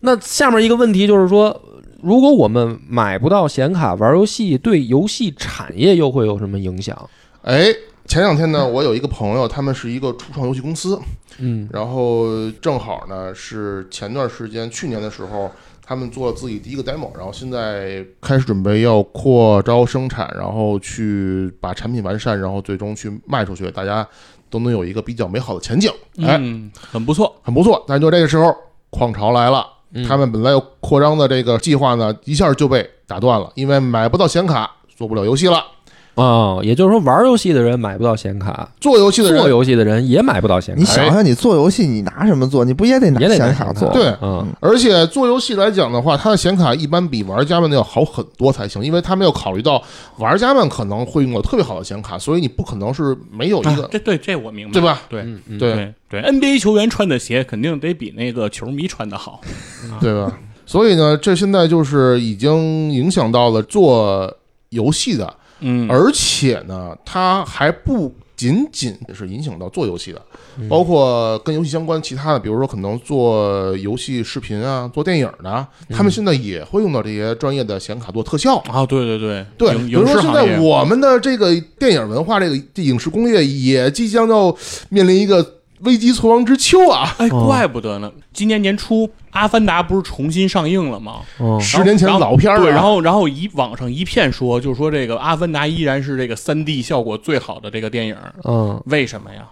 Speaker 2: 那下面一个问题就是说，如果我们买不到显卡玩游戏，对游戏产业又会有什么影响？
Speaker 5: 哎，前两天呢，我有一个朋友，他们是一个初创游戏公司，
Speaker 2: 嗯
Speaker 5: 然后正好呢是前段时间去年的时候，他们做了自己第一个 demo，然后现在开始准备要扩招生产，然后去把产品完善，然后最终去卖出去，大家都能有一个比较美好的前景，哎，
Speaker 3: 嗯，很不错。
Speaker 5: 很不错。但就这个时候，矿潮来了。
Speaker 2: 嗯
Speaker 5: 他们本来要扩张的这个计划呢，一下就被打断了，因为买不到显卡，做不了游戏了。
Speaker 2: 啊，也就是说，玩游戏的人买不到显卡，
Speaker 5: 做游戏的人
Speaker 2: 做游戏的人也买不到显卡。
Speaker 4: 你想想，你做游戏，你拿什么做？你不也得拿
Speaker 2: 也得拿
Speaker 4: 显
Speaker 2: 显卡
Speaker 4: 做？
Speaker 5: 对
Speaker 2: 嗯
Speaker 5: 而且做游戏来讲的话，它的显卡一般比玩家们的要好很多才行，因为他们要考虑到玩家们可能会用到特别好的显卡，所以你不可能是没有一个、
Speaker 3: 啊这对这我明白，
Speaker 5: 对吧？
Speaker 3: 对
Speaker 2: 嗯嗯，
Speaker 5: 对、
Speaker 3: 对对，NBA 球员穿的鞋肯定得比那个球迷穿的好。
Speaker 5: 对吧？所以呢，这现在就是已经影响到了做游戏的，
Speaker 3: 嗯，
Speaker 5: 而且呢，它还不仅仅是影响到做游戏的，包括跟游戏相关其他的，比如说可能做游戏视频啊、做电影的啊，他们现在也会用到这些专业的显卡做特效。
Speaker 3: 啊，对对对
Speaker 5: 对，
Speaker 3: 影
Speaker 5: 比
Speaker 3: 影
Speaker 5: 如
Speaker 3: 视
Speaker 5: 说现
Speaker 3: 行
Speaker 5: 在
Speaker 3: 业，
Speaker 5: 我们的这个电影文化，这个这影视工业也即将要面临一个危机存亡之秋啊！
Speaker 3: 哎，怪不得呢。今年年初，《阿凡达》不是重新上映了吗？
Speaker 2: 嗯
Speaker 5: 十年前
Speaker 3: 然后
Speaker 5: 老片儿、啊，
Speaker 3: 对，然后然后一网上一片说，就是说这个《阿凡达》依然是这个三 D 效果最好的这个电影，
Speaker 2: 嗯
Speaker 3: 为什么呀？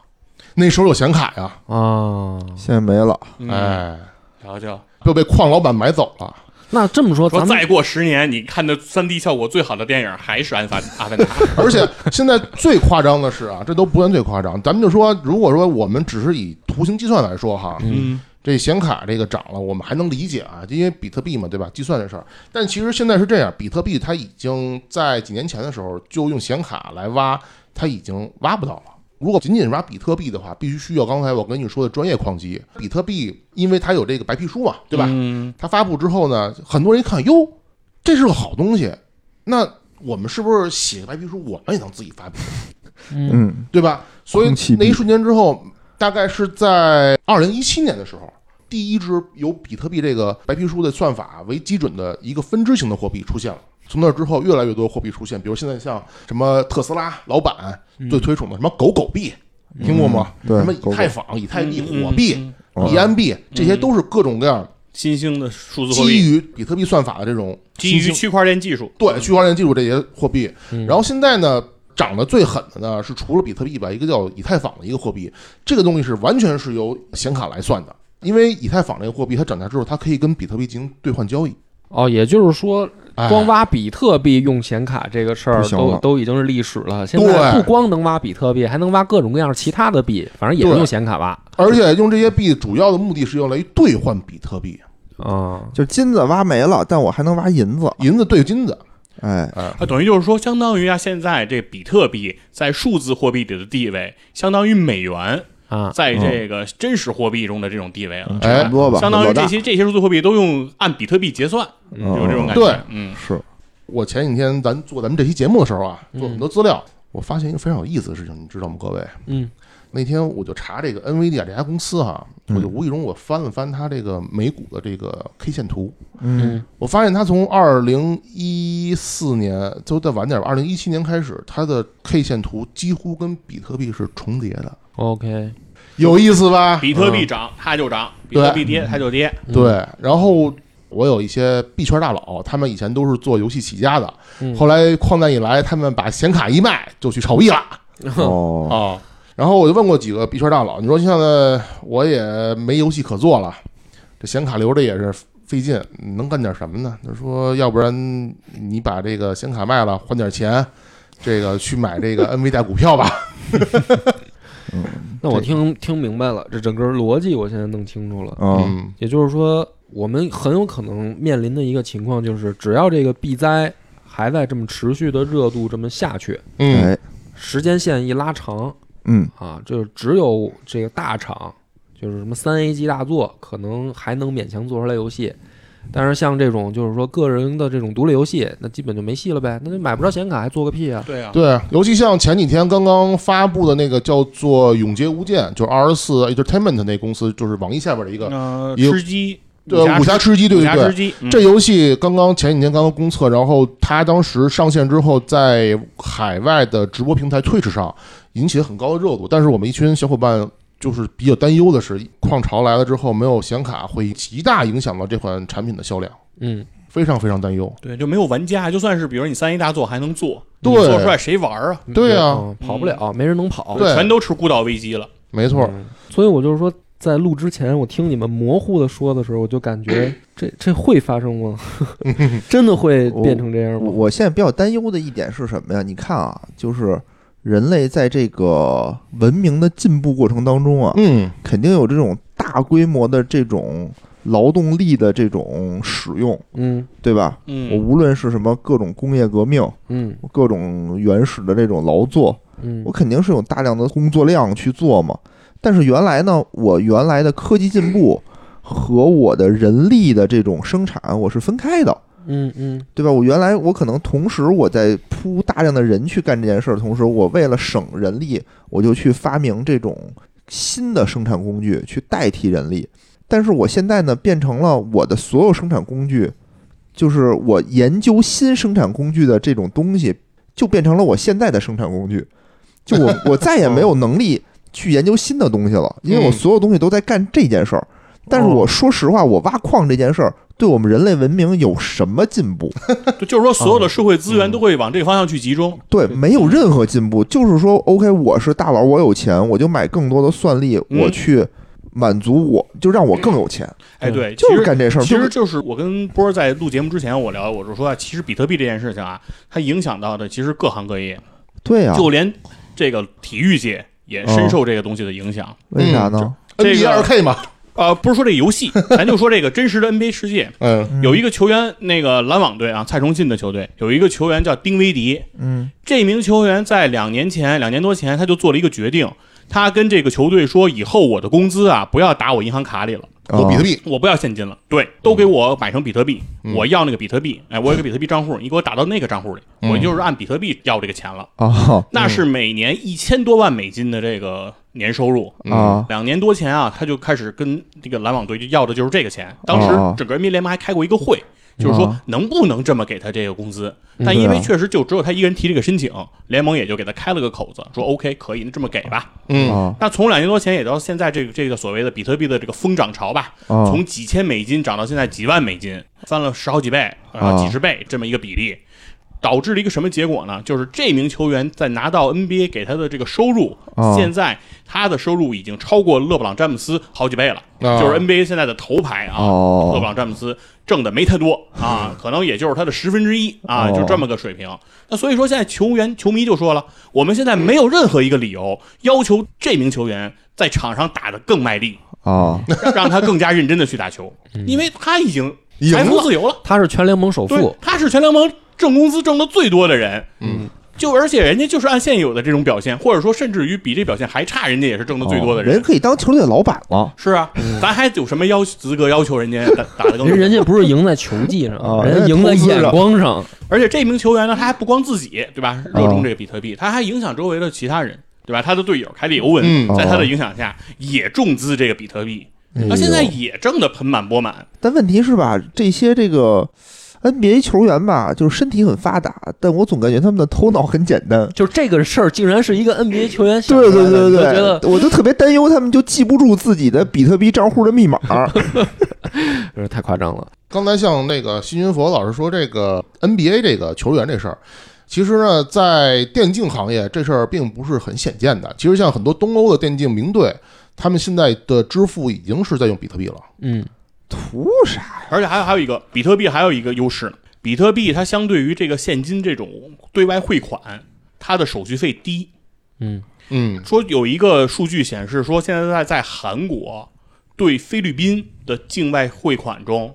Speaker 5: 那时候有显卡呀，
Speaker 2: 啊，
Speaker 4: 现在没了，
Speaker 3: 嗯，
Speaker 5: 哎，
Speaker 3: 瞧瞧，
Speaker 5: 就被矿老板买走了。 *laughs*
Speaker 2: 那这么说，咱
Speaker 3: 说
Speaker 2: 们
Speaker 3: 再过十年，你看的三 D 效果最好的电影还是《阿凡阿
Speaker 5: *laughs*
Speaker 3: 凡达》。
Speaker 5: 而且现在最夸张的是啊，这都不算最夸张，咱们就说，如果说我们只是以图形计算来说哈，
Speaker 3: 嗯，
Speaker 5: 这显卡这个涨了，我们还能理解啊，因为比特币嘛，对吧？计算这事儿。但其实现在是这样，比特币它已经在几年前的时候就用显卡来挖，它已经挖不到了。如果仅仅挖比特币的话，必须需要刚才我跟你说的专业矿机。比特币因为它有这个白皮书嘛，对吧？
Speaker 3: 嗯，
Speaker 5: 它发布之后呢，很多人一看，哟，这是个好东西，那我们是不是写个白皮书，我们也能自己发布，
Speaker 4: 嗯，
Speaker 5: 对吧？所以
Speaker 4: 空气币
Speaker 5: 那一瞬间之后，大概是在二零一七年的时候，第一支由比特币这个白皮书的算法为基准的一个分支型的货币出现了。从那之后，越来越多货币出现，比如现在像什么特斯拉老板最推崇的什么狗狗币，听过吗？
Speaker 4: 嗯对
Speaker 5: 什么以太坊、以太币、
Speaker 3: 嗯
Speaker 5: 火币、
Speaker 4: 嗯
Speaker 5: 币安币，这些都是各种各样
Speaker 3: 新兴的嗯数字货
Speaker 5: 基
Speaker 3: 币，
Speaker 5: 于比特币算法的这种
Speaker 3: 基
Speaker 5: 新
Speaker 3: 于
Speaker 5: 兴
Speaker 3: 区块链技术，
Speaker 5: 对，区块链技术这些货币。然后现在呢，涨得最狠的呢是除了比特币吧，一个叫以太坊的一个货币，这个东西是完全是由显卡来算的。因为以太坊这个货币，它涨价之后，它可以跟比特币进行兑换交易。
Speaker 2: 哦，也就是说，
Speaker 5: 哎
Speaker 2: 光挖比特币用显卡这个事儿
Speaker 4: 不行
Speaker 2: 都
Speaker 4: 了
Speaker 2: 都已经是历史了。现在
Speaker 5: 对
Speaker 2: 不光能挖比特币，还能挖各种各样其他的币，反正也是
Speaker 5: 对
Speaker 2: 用显卡挖
Speaker 5: 而且用这些币主要的目的是用来兑换比特币，
Speaker 2: 啊。
Speaker 4: 就是金子挖没了，但我还能挖银子，
Speaker 5: 银子兑金子。
Speaker 4: 哎，
Speaker 3: 啊，等于就是说，相当于啊，现在这比特币在数字货币里的地位，相当于美元
Speaker 2: 啊，
Speaker 3: 在这个真实货币中的这种地位了，
Speaker 5: 哎
Speaker 4: 差不多吧，
Speaker 3: 相当于
Speaker 4: 老大
Speaker 3: 这些这些数字货币都用按比特币结算，有这种感觉。
Speaker 5: 对
Speaker 3: 嗯， *laughs*
Speaker 4: 是
Speaker 5: 我前几天咱做咱们这期节目的时候啊，做很多资料，我发现一个非常有意思的事情，你知道吗，各位？
Speaker 2: 嗯，
Speaker 5: 那天我就查这个 NVIDIA 这家公司哈，我就无意中我翻了翻它这个美股的这个 K 线图，
Speaker 4: 嗯
Speaker 5: 我发现它从二零一四年，就再晚点吧，二零一七年开始，它的 K 线图几乎跟比特币是重叠的，
Speaker 6: OK，
Speaker 5: 有意思吧？
Speaker 3: 比特币涨它就涨，比特币跌它就跌，
Speaker 5: 对，然后我有一些币圈大佬，他们以前都是做游戏起家的，
Speaker 6: 嗯
Speaker 5: 后来矿难一来，他们把显卡一卖就去炒币了
Speaker 4: 哦，
Speaker 5: 啊。然后我就问过几个币圈大佬，你说现在我也没游戏可做了，这显卡留着也是费劲，能干点什么呢？他说，要不然你把这个显卡卖了，换点钱，这个去买这个 NVIDIA 股票吧。
Speaker 6: 那我
Speaker 4: 对
Speaker 6: 听听明白了，这整个逻辑我现在弄清楚了。
Speaker 4: 嗯
Speaker 5: 嗯，
Speaker 6: 也就是说，我们很有可能面临的一个情况就是，只要这个币灾还在这么持续的热度这么下去，
Speaker 5: 嗯
Speaker 4: 哎
Speaker 6: 时间线一拉长
Speaker 4: 嗯
Speaker 6: 啊，就只有这个大厂，就是什么三 A 级大作，可能还能勉强做出来游戏。但是像这种就是说个人的这种独立游戏，那基本就没戏了呗，那就买不着显卡还做个屁啊！
Speaker 3: 对啊，
Speaker 5: 对，尤其像前几天刚刚发布的那个叫做《永劫无间》，就是二十四 Entertainment 那公司，就是网易下边的一个，
Speaker 3: 呃，
Speaker 5: 有
Speaker 3: 吃鸡，
Speaker 5: 对，武侠吃鸡，对
Speaker 3: 武
Speaker 5: 对
Speaker 3: 侠吃
Speaker 5: 对。
Speaker 3: 鸡，嗯
Speaker 5: 这游戏刚刚前几天刚刚公测，然后它当时上线之后，在海外的直播平台 Twitch 上引起了很高的热度，但是我们一群小伙伴就是比较担忧的是，矿潮来了之后没有显卡会极大影响到这款产品的销量，
Speaker 6: 嗯，
Speaker 5: 非常非常担忧。
Speaker 3: 对就没有玩家，就算是比如你三 A 大作还能做，
Speaker 5: 对
Speaker 3: 你做出来谁玩啊？
Speaker 5: 对啊，
Speaker 6: 嗯跑不了，没人能跑。嗯
Speaker 5: 对
Speaker 3: 全都吃孤岛危机了。
Speaker 5: 没错，
Speaker 6: 所以我就是说，在录之前，我听你们模糊的说的时候，我就感觉这这会发生吗？真的会变成这样
Speaker 4: 我
Speaker 6: 吗？
Speaker 4: 我现在比较担忧的一点是什么呀？你看啊，就是人类在这个文明的进步过程当中啊，
Speaker 5: 嗯，
Speaker 4: 肯定有这种大规模的这种劳动力的这种使用，
Speaker 6: 嗯
Speaker 4: 对吧？我
Speaker 3: 嗯，
Speaker 4: 无论是什么各种工业革命、
Speaker 6: 嗯
Speaker 4: 各种原始的这种劳作，
Speaker 6: 嗯
Speaker 4: 我肯定是有大量的工作量去做嘛。但是原来呢，我原来的科技进步和我的人力的这种生产我是分开的。
Speaker 6: 嗯嗯
Speaker 4: 对吧？我原来我可能同时我在铺大量的人去干这件事儿，同时我为了省人力，我就去发明这种新的生产工具去代替人力。但是我现在呢，变成了我的所有生产工具，就是我研究新生产工具的这种东西，就变成了我现在的生产工具。就我我再也没有能力去研究新的东西了，因为我
Speaker 5: 嗯
Speaker 4: 所有东西都在干这件事儿。但是我说实话，我挖矿这件事儿对我们人类文明有什么进步？
Speaker 3: 就就是说所有的社会资源都会往这个方向去集中。
Speaker 4: 对，没有任何进步。就是说，OK，我是大佬，我有钱，我就买更多的算力，
Speaker 3: 嗯
Speaker 4: 我去满足我，就让我更有钱，
Speaker 3: 哎，对，
Speaker 4: 就
Speaker 3: 其
Speaker 4: 是
Speaker 3: 实
Speaker 4: 干这事儿。
Speaker 3: 其
Speaker 4: 就
Speaker 3: 实
Speaker 4: 是
Speaker 3: 就是我跟波儿在录节目之前，我聊，我就说啊，其实比特币这件事情啊，它影响到的其实各行各业，
Speaker 4: 对啊，哦
Speaker 3: 就连这个体育界也深受这个东西的影响。
Speaker 4: 为啥呢？
Speaker 3: 这
Speaker 5: NBA
Speaker 3: 个
Speaker 5: 二 K 嘛，
Speaker 3: 呃，不是说这个游戏，咱就说这个真实的 NBA 世界，
Speaker 5: 嗯
Speaker 4: 嗯
Speaker 3: 有一个球员，那个篮网队啊，蔡崇信的球队有一个球员叫丁威迪，
Speaker 4: 嗯
Speaker 3: 这名球员在两年前，两年多前他就做了一个决定，他跟这个球队说，以后我的工资啊不要打我银行卡里了。
Speaker 5: 有比特币，
Speaker 3: 我不要现金了，对，都给我买成比特币，我要那个比特币，哎，我有个比特币账户，你给我打到那个账户里，
Speaker 5: 嗯
Speaker 3: 我就是按比特币要这个钱了。
Speaker 4: 啊啊
Speaker 3: 那是每年一千多万美金的这个年收入，
Speaker 4: 啊
Speaker 3: 两年多前啊，他就开始跟这个篮网队就要的就是这个钱。当时
Speaker 4: 哦
Speaker 3: 整个 NBA 联盟还开过一个会，就是说
Speaker 4: 哦
Speaker 3: 能不能这么给他这个工资。但因为
Speaker 4: 对啊
Speaker 3: 确实就只有他一个人提这个申请，联盟也就给他开了个口
Speaker 4: 嗯
Speaker 3: 子，说 OK 可以，那这么给吧。
Speaker 5: 嗯
Speaker 4: 啊
Speaker 3: 那从两年多前也到现在这个这个所谓的比特币的这个疯涨潮吧，
Speaker 4: 啊！
Speaker 3: 从几千美金涨到现在几万美金，翻了十好几倍，然后
Speaker 4: 啊
Speaker 3: 几十倍这么一个比例，导致了一个什么结果呢？就是这名球员在拿到 NBA 给他的这个收入，
Speaker 4: 啊
Speaker 3: 现在他的收入已经超过勒布朗詹姆斯好几倍了，
Speaker 5: 啊
Speaker 3: 就是 NBA 现在的头牌啊，
Speaker 4: 哦
Speaker 3: 勒布朗詹姆斯挣的没他多啊，可能也就是他的十分之一啊，
Speaker 4: 哦
Speaker 3: 就这么个水平。那所以说，现在球员、球迷就说了，我们现在没有任何一个理由要求这名球员在场上打得更卖力。
Speaker 4: *laughs* 啊，
Speaker 3: 让他更加认真的去打球，因为他已经
Speaker 5: 赢
Speaker 3: 财富
Speaker 5: 了，
Speaker 3: 自由了。
Speaker 6: 他是全联盟首
Speaker 3: 对
Speaker 6: 富，，
Speaker 3: 他是全联盟挣工资挣的最多的人。
Speaker 5: 嗯，
Speaker 3: 就而且人家就是按现有的这种表现，或者说甚至于比这表现还差，人家也是挣的最多的
Speaker 4: 啊哦人
Speaker 3: 人。
Speaker 4: 可以嗯当球队的老板了
Speaker 3: 是啊，咱还有什么要资格要求人家 *laughs* 打打得
Speaker 2: 哦
Speaker 3: 更
Speaker 6: 人
Speaker 4: 嗯
Speaker 6: 人家不是赢在球技上，
Speaker 4: 啊
Speaker 6: 人家赢在眼光上。
Speaker 3: 而且这名球员呢，他还不光自己对吧热衷这个比特币，他还影响周围的其他人。对吧？他的队友凯里·欧文、
Speaker 5: 嗯
Speaker 3: 在他的影响下也重资这个比特币，
Speaker 4: 哎
Speaker 3: 他现在
Speaker 4: 呦
Speaker 3: 也挣得盆满钵满。
Speaker 4: 但问题是吧，这些这个 NBA 球员吧，就是身体很发达，但我总感觉他们的头脑很简单。
Speaker 2: 就是这个事儿，竟然是一个 NBA 球员想出
Speaker 4: *laughs* 对
Speaker 2: 来的
Speaker 4: 对对
Speaker 2: 你就
Speaker 4: 对，
Speaker 2: 觉得
Speaker 4: 我就特别担忧他们就记不住自己的比特币账户的密 *laughs* 码。
Speaker 2: 有点太夸张了。
Speaker 5: 刚才像那个西云佛老师说这个 NBA 这个球员这事儿，其实呢，在电竞行业这事儿并不是很显见的。其实像很多东欧的电竞名队，他们现在的支付已经是在用比特币了。
Speaker 2: 嗯，
Speaker 4: 图啥？
Speaker 3: 而且还有还有一个比特币还有一个优势呢，比特币它相对于这个现金这种对外汇款，它的手续费低。
Speaker 5: 嗯，
Speaker 3: 说有一个数据显示说，现在在韩国对菲律宾的境外汇款中，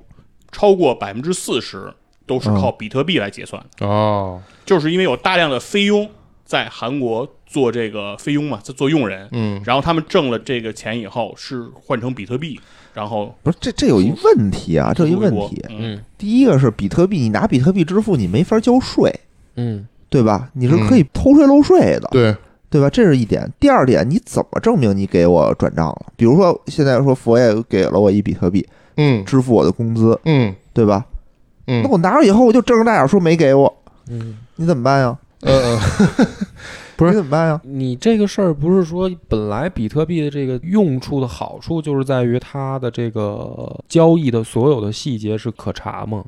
Speaker 3: 超过百分之四十都是
Speaker 4: 嗯
Speaker 3: 靠比特币来结算的，
Speaker 7: 哦，
Speaker 3: 就是因为有大量的菲佣在韩国做这个菲佣嘛，在做佣人，
Speaker 5: 嗯，
Speaker 3: 然后他们挣了这个钱以后是换成比特币，然后
Speaker 4: 不是这这有一问题啊，这有一
Speaker 3: 回
Speaker 4: 问
Speaker 3: 国
Speaker 4: 题。
Speaker 3: 嗯，
Speaker 4: 第一个是比特币，你拿比特币支付，你没法交税，
Speaker 2: 嗯，
Speaker 4: 对吧？你是可以偷税漏税的，
Speaker 5: 对，
Speaker 4: 对吧？这是一点。第二点，你怎么证明你给我转账了？比如说现在说佛爷给了我一比特币，
Speaker 5: 嗯
Speaker 4: 支付我的工资，
Speaker 5: 嗯
Speaker 4: 对吧？
Speaker 5: 嗯
Speaker 4: 那，我拿着以后，我就睁着大眼说没给我，
Speaker 2: 嗯，
Speaker 4: 你怎么办呀？
Speaker 5: 呃，
Speaker 7: 不是
Speaker 4: 你怎么办呀？
Speaker 2: 你这个事儿不是说本来比特币的这个用处的好处就是在于它的这个交易的所有的细节是可查吗？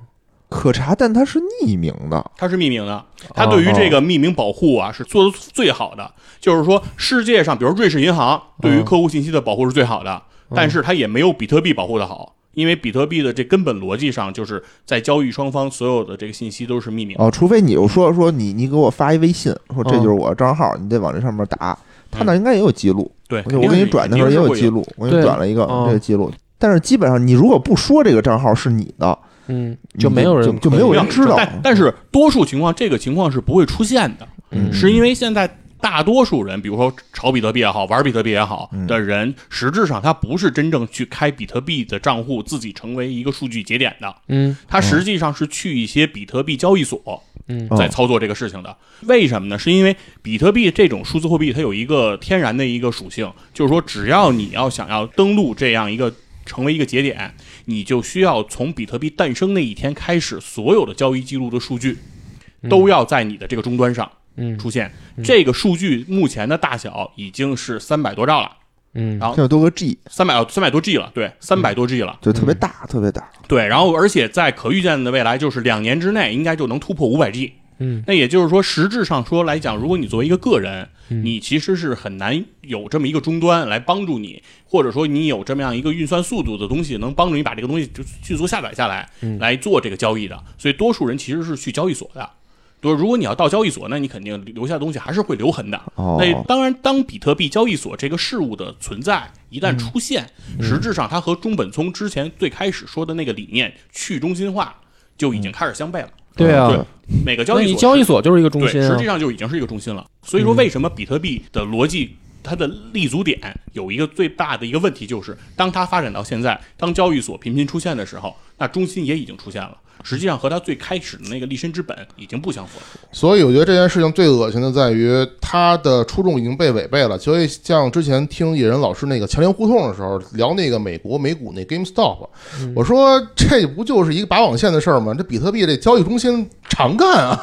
Speaker 4: 可查，但它是匿名的，
Speaker 3: 它是匿名的，它对
Speaker 4: 哦
Speaker 3: 于这个匿名保护啊是做的最好的。就是说，世界上比如瑞士银行对
Speaker 4: 嗯
Speaker 3: 于客户信息的保护是最好的，
Speaker 2: 哦
Speaker 3: 但是它也没有比特币保护的好，因为比特币的这根本逻辑上就是在交易双方所有的这个信息都是匿名的。
Speaker 4: 哦，除非你又说说你你给我发一微信，说这就是我的账号，你得往这上面打，他那应该也有记录。
Speaker 3: 对，
Speaker 4: 我就我给你转的时候也有记
Speaker 3: 录。
Speaker 4: 录，我给你
Speaker 2: 对
Speaker 4: 转了一个
Speaker 2: 哦
Speaker 4: 这个记录。但是基本上，你如果不说这个账号是你的，
Speaker 2: 嗯，
Speaker 4: 你
Speaker 2: 就没有人
Speaker 4: 就就
Speaker 2: 可以
Speaker 4: 没有
Speaker 3: 没有
Speaker 4: 人知道。
Speaker 3: 但但是多数情况，这个情况是不会出现的，
Speaker 4: 嗯
Speaker 3: 是因为现在大多数人，比如说炒比特币也好，玩比特币也好
Speaker 4: 嗯
Speaker 3: 的人，实质上他不是真正去开比特币的账户，自己成为一个数据节点的，
Speaker 2: 嗯
Speaker 3: 他实际上是去一些比特币交易所
Speaker 2: 嗯
Speaker 3: 在操作这个事情的。为什么呢？是因为比特币这种数字货币，它有一个天然的一个属性，就是说，只要你要想要登录这样一个成为一个节点，你就需要从比特币诞生那一天开始，所有的交易记录的数据都要在你的这个终端上
Speaker 2: 嗯
Speaker 3: 出现。这个数据目前的大小已经是三百多兆了，
Speaker 2: 嗯
Speaker 4: 现在多个 G，
Speaker 3: 三百三百多 G 了，对，三百多 G 了。
Speaker 4: 就特
Speaker 2: 嗯
Speaker 4: 别大，特别大。
Speaker 3: 对，然后而且在可预见的未来，就是两年之内应该就能突破五百 G。
Speaker 2: 嗯，
Speaker 3: 那也就是说，实质上说来讲，如果你作为一个个人，
Speaker 2: 嗯
Speaker 3: 你其实是很难有这么一个终端来帮助你，或者说你有这么样一个运算速度的东西，能帮助你把这个东西就迅速下载下来，
Speaker 2: 嗯
Speaker 3: 来做这个交易的。所以多数人其实是去交易所的。对，如果你要到交易所，那你肯定留下东西还是会留痕的。
Speaker 4: 哦
Speaker 3: 那当然，当比特币交易所这个事物的存在一旦出现，
Speaker 2: 嗯
Speaker 3: 实质上它和中本聪之前最开始说的那个理念去中心化就已经开始相悖了。
Speaker 2: 对啊，
Speaker 3: 对每个交
Speaker 2: 嗯那你
Speaker 3: 易所
Speaker 2: 交易所就是一个中
Speaker 3: 对，
Speaker 2: 心
Speaker 3: 实
Speaker 2: 啊嗯
Speaker 3: 际，上就已经是一个中心了。所以说，为什么比特币的逻辑它的立足点有一个最大的一个问题，就是当它发展到现在，当交易所频频出现的时候，那中心也已经出现了。实际上和它最开始的那个立身之本已经不相符了。
Speaker 5: 所以我觉得这件事情最恶心的在于它的初衷已经被违背了。所以像之前听野人老师那个强联胡同的时候聊那个美国美股那 GameStop，、我说这不就是一个拔网线的事儿吗？这比特币这交易中心常干啊。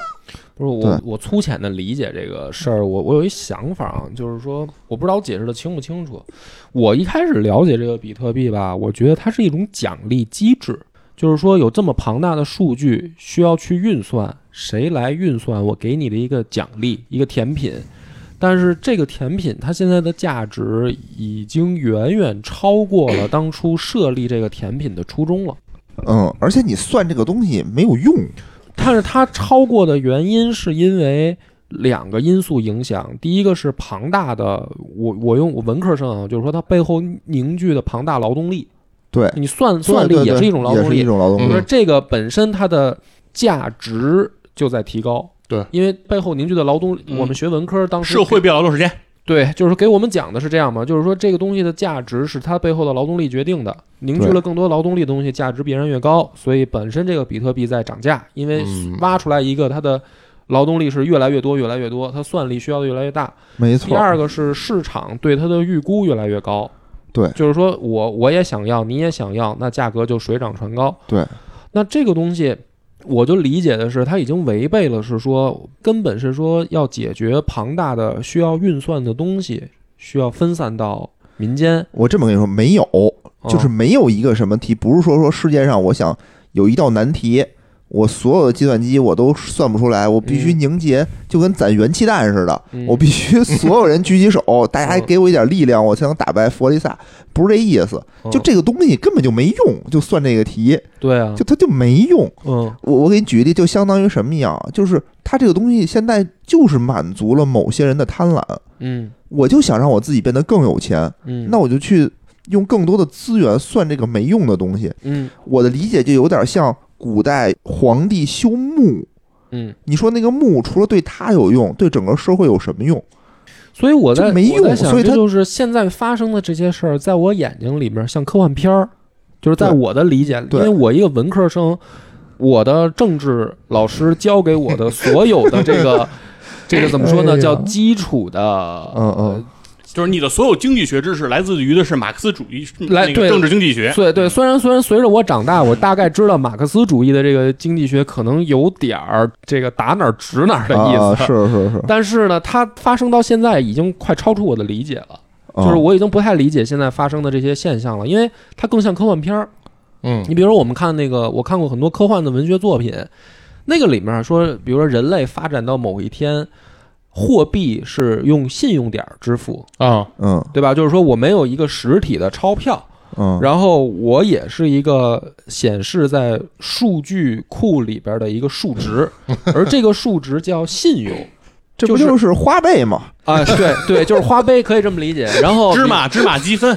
Speaker 2: 不是我
Speaker 4: 对
Speaker 2: 我粗浅的理解这个事儿，我我有一想法啊，就是说我不知道我解释的清不清楚。我一开始了解这个比特币吧，我觉得它是一种奖励机制，就是说有这么庞大的数据需要去运算，谁来运算我给你的一个奖励，一个甜品。但是这个甜品它现在的价值已经远远超过了当初设立这个甜品的初衷了。
Speaker 4: 嗯，而且你算这个东西没有用。
Speaker 2: 但是它超过的原因是因为两个因素影响，第一个是庞大的，我我用我文科生啊，就是说它背后凝聚的庞大劳动力，
Speaker 4: 对，
Speaker 2: 你算
Speaker 4: 对
Speaker 2: 算力
Speaker 4: 对
Speaker 2: 也
Speaker 4: 对
Speaker 2: 是一种劳
Speaker 4: 也
Speaker 2: 动
Speaker 4: 是一
Speaker 2: 力，嗯
Speaker 4: 种嗯劳
Speaker 2: 就
Speaker 4: 动
Speaker 2: 是
Speaker 4: 力。
Speaker 2: 这个本身它的价值就在提高。
Speaker 5: 对，
Speaker 2: 因为背后凝聚的劳动力，
Speaker 3: 嗯
Speaker 2: 我们学文科当时
Speaker 3: 社会变劳动时间，
Speaker 2: 对，就是给我们讲的是这样嘛，就是说这个东西的价值是它背后的劳动力决定的，凝聚
Speaker 4: 对
Speaker 2: 了更多劳动力的东西，价值必然越高，所以本身这个比特币在涨价，因为
Speaker 5: 嗯
Speaker 2: 挖出来一个它的劳动力是越来越多，越来越多，它算力需要的越来越大。第
Speaker 4: 没错，
Speaker 2: 二个是市场对它的预估越来越高，
Speaker 4: 对
Speaker 2: 就是说我我也想要，你也想要，那价格就水涨船高。
Speaker 4: 对，
Speaker 2: 那这个东西。我就理解的是，它已经违背了，是说根本是说要解决庞大的需要运算的东西，需要分散到民间，
Speaker 4: 我这么跟你说，没有，
Speaker 2: 啊
Speaker 4: 就是没有一个什么题，不是说说世界上我想有一道难题，我所有的计算机我都算不出来，我必须凝结，就跟攒元气弹似的，
Speaker 2: 嗯
Speaker 4: 我必须所有人举起手，大家还给我一点力量，我才能打败佛利萨，不是这意思。
Speaker 2: 嗯
Speaker 4: 就这个东西根本就没用，就算这个题，
Speaker 2: 对啊，
Speaker 4: 就它就没用。
Speaker 2: 嗯
Speaker 4: 我我给你举个例，就相当于什么样，就是它这个东西现在就是满足了某些人的贪婪，
Speaker 2: 嗯
Speaker 4: 我就想让我自己变得更有钱，
Speaker 2: 嗯，
Speaker 4: 那我就去用更多的资源算这个没用的东西。
Speaker 2: 嗯
Speaker 4: 我的理解就有点像古代皇帝修墓，
Speaker 2: 嗯，
Speaker 4: 你说那个墓除了对他有用，对整个社会有什么用？
Speaker 2: 所以我在
Speaker 4: 就没
Speaker 2: 我在
Speaker 4: 用
Speaker 2: 想
Speaker 4: 所以
Speaker 2: 这
Speaker 4: 它
Speaker 2: 就是现在发生的这些事儿，在我眼睛里面像科幻片儿，就是在
Speaker 4: 对
Speaker 2: 我的理解，因
Speaker 4: 对
Speaker 2: 为我一个文科生，我的政治老师教给我的所有的这
Speaker 4: *laughs*
Speaker 2: 个这个怎么说
Speaker 4: 哎
Speaker 2: 呢，
Speaker 4: 呀
Speaker 2: 叫基础的，
Speaker 4: 嗯嗯，
Speaker 3: 就是你的所有经济学知识来自于的是马克思主义
Speaker 2: 来
Speaker 3: 那
Speaker 2: 对
Speaker 3: 个政治经济学，
Speaker 2: 对对，虽然虽然随着我长大，我大概知道马克思主义的这个经济学可能有点儿这个打哪儿指哪儿的意思，
Speaker 4: 啊，是是是，
Speaker 2: 但是呢，它发生到现在已经快超出我的理解了。 *laughs* 就是
Speaker 4: 啊
Speaker 2: 我已经不太理解现在发生的这些现象了，因为它更像科幻片儿。
Speaker 5: 嗯
Speaker 2: 你比如说，我们看那个，我看过很多科幻的文学作品，那个里面说，比如说人类发展到某一天，货币是用信用点儿支付，
Speaker 5: 啊，
Speaker 4: 嗯
Speaker 2: 对吧？就是说我没有一个实体的钞票，
Speaker 4: 嗯，
Speaker 2: 然后我也是一个显示在数据库里边的一个数值，而这个数值叫信用。
Speaker 4: 这不
Speaker 2: 就是
Speaker 4: 就是花呗
Speaker 2: *laughs*
Speaker 4: 吗？
Speaker 2: 啊，对对，就是花呗可以这么理解。然后
Speaker 3: 芝麻芝麻
Speaker 2: *laughs*
Speaker 3: 积分，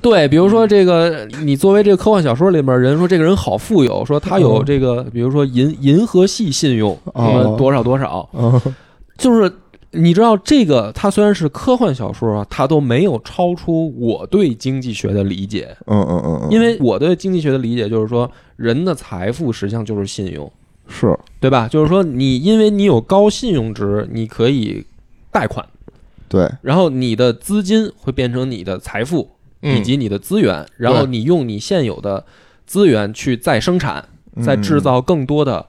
Speaker 2: 对，比如说这个，你作为这个科幻小说里面人说这个人好富有，说他有这个，比如说银银河系信用什么
Speaker 4: 哦
Speaker 2: 多少多少，
Speaker 4: 嗯
Speaker 2: 就是你知道这个，它虽然是科幻小说啊，它都没有超出我对经济学的理解，
Speaker 4: 嗯嗯嗯嗯，
Speaker 2: 因为我对经济学的理解就是说，人的财富实际上就是信用，
Speaker 4: 是
Speaker 2: 对吧？就是说你因为你有高信用值，你可以贷款，
Speaker 4: 对，
Speaker 2: 然后你的资金会变成你的财富，以
Speaker 5: 嗯
Speaker 2: 及你的资源，然后你用你现有的资源去再生产，
Speaker 4: 嗯
Speaker 2: 再制造更多的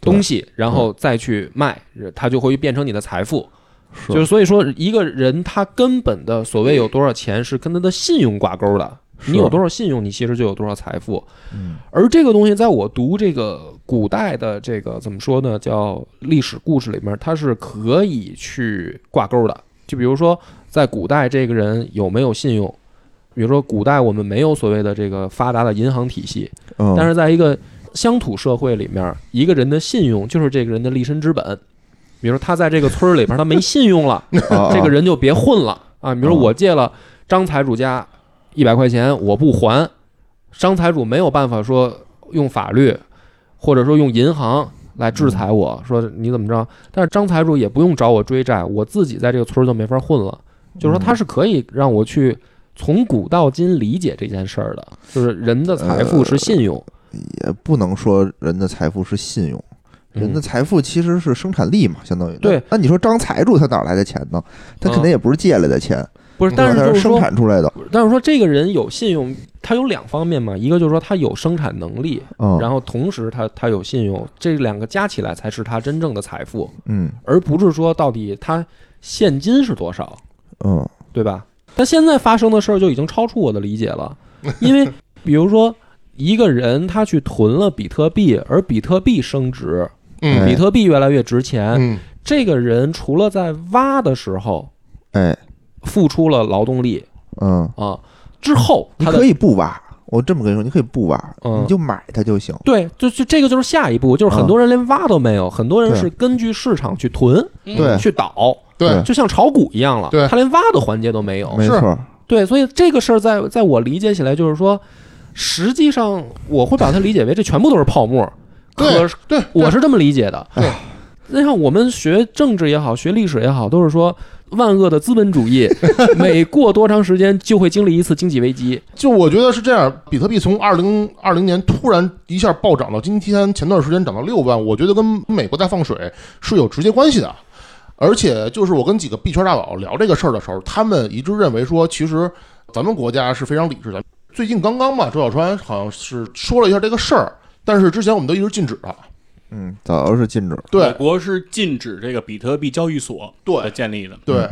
Speaker 2: 东西，然后再去卖，它就会变成你的财富。
Speaker 4: 是
Speaker 2: 就是所以说，一个人他根本的所谓有多少钱是跟他的信用挂钩的。
Speaker 4: 是
Speaker 2: 你有多少信用，你其实就有多少财富。
Speaker 4: 嗯
Speaker 2: 而这个东西，在我读这个古代的这个怎么说呢，叫历史故事里面，它是可以去挂钩的。就比如说，在古代这个人有没有信用，比如说古代我们没有所谓的这个发达的银行体系，
Speaker 4: 嗯，
Speaker 2: 但是在一个乡土社会里面，一个人的信用就是这个人的立身之本。比如说他在这个村儿里边，他没信用了，
Speaker 4: 啊
Speaker 2: 这个
Speaker 4: 啊
Speaker 2: 人就别混了啊！比如说我借了张财主家一百块钱，我不还，张财主没有办法说用法律或者说用银行来制裁我，
Speaker 4: 嗯
Speaker 2: 说你怎么着？但是张财主也不用找我追债，我自己在这个村儿就没法混了。就是说，
Speaker 4: 嗯
Speaker 2: 他是可以让我去从古到今理解这件事儿的，就是人的财富是信用，
Speaker 4: 也不能说人的财富是信用。呃人的财富其实是生产力嘛，相当于
Speaker 2: 嗯对
Speaker 4: 那那你说张财主他哪来的钱呢？他肯定也不是借来的钱，
Speaker 2: 不是？但是
Speaker 4: 他
Speaker 2: 就是是
Speaker 4: 生
Speaker 2: 说，
Speaker 4: 产出来的。
Speaker 2: 但是说这个人有信用，他有两方面嘛，一个就是说他有生产能力，
Speaker 4: 嗯，
Speaker 2: 然后同时他他有信用，这两个加起来才是他真正的财富，
Speaker 4: 嗯
Speaker 2: 而不是说到底他现金是多少，
Speaker 4: 嗯
Speaker 2: 对吧？但现在发生的事儿就已经超出我的理解
Speaker 4: *laughs*
Speaker 2: 了，因为比如说一个人他去囤了比特币，而比特币升值，
Speaker 4: 哎
Speaker 5: 嗯
Speaker 2: 比特币越来越值钱，
Speaker 5: 嗯
Speaker 2: 这个人除了在挖的时候
Speaker 4: 哎
Speaker 2: 付出了劳动力
Speaker 4: 嗯，
Speaker 2: 啊，之后
Speaker 4: 你
Speaker 2: 他
Speaker 4: 可
Speaker 2: 的
Speaker 4: 以不挖，我这么跟你说，你可以不挖，
Speaker 2: 嗯
Speaker 4: 你就买它就行。
Speaker 2: 对，就就这个就是下一步，
Speaker 4: 嗯
Speaker 2: 就是很多人连挖都没有，很多人
Speaker 4: 对
Speaker 2: 是根据市场去囤，
Speaker 4: 对
Speaker 2: 去倒。
Speaker 5: 对
Speaker 2: 就像炒股一样了，
Speaker 5: 对
Speaker 2: 他连挖的环节都没有。
Speaker 4: 没错，
Speaker 2: 对，所以这个事儿在在我理解起来就是说，实际上我会把它理解为这全部都是泡沫。
Speaker 5: 对
Speaker 2: 可是
Speaker 5: 对，
Speaker 2: 我是这么理解的。那像我们学政治也好，学历史也好，都是说万恶的资本主 *laughs* 义，每过多长时间就会经历一次经济危机。
Speaker 5: 就我觉得是这样，比特币从二零二零年突然一下暴涨到今天，前段时间涨到六万，我觉得跟美国在放水是有直接关系的。而且就是我跟几个币圈大佬聊这个事儿的时候，他们一致认为说，其实咱们国家是非常理智的。最近刚刚吧，周小川好像是说了一下这个事儿，但是之前我们都一直禁止他。
Speaker 4: 嗯，早是禁止了。
Speaker 3: 美
Speaker 5: 对
Speaker 3: 国是禁止这个比特币交易所的建立的，
Speaker 5: 对，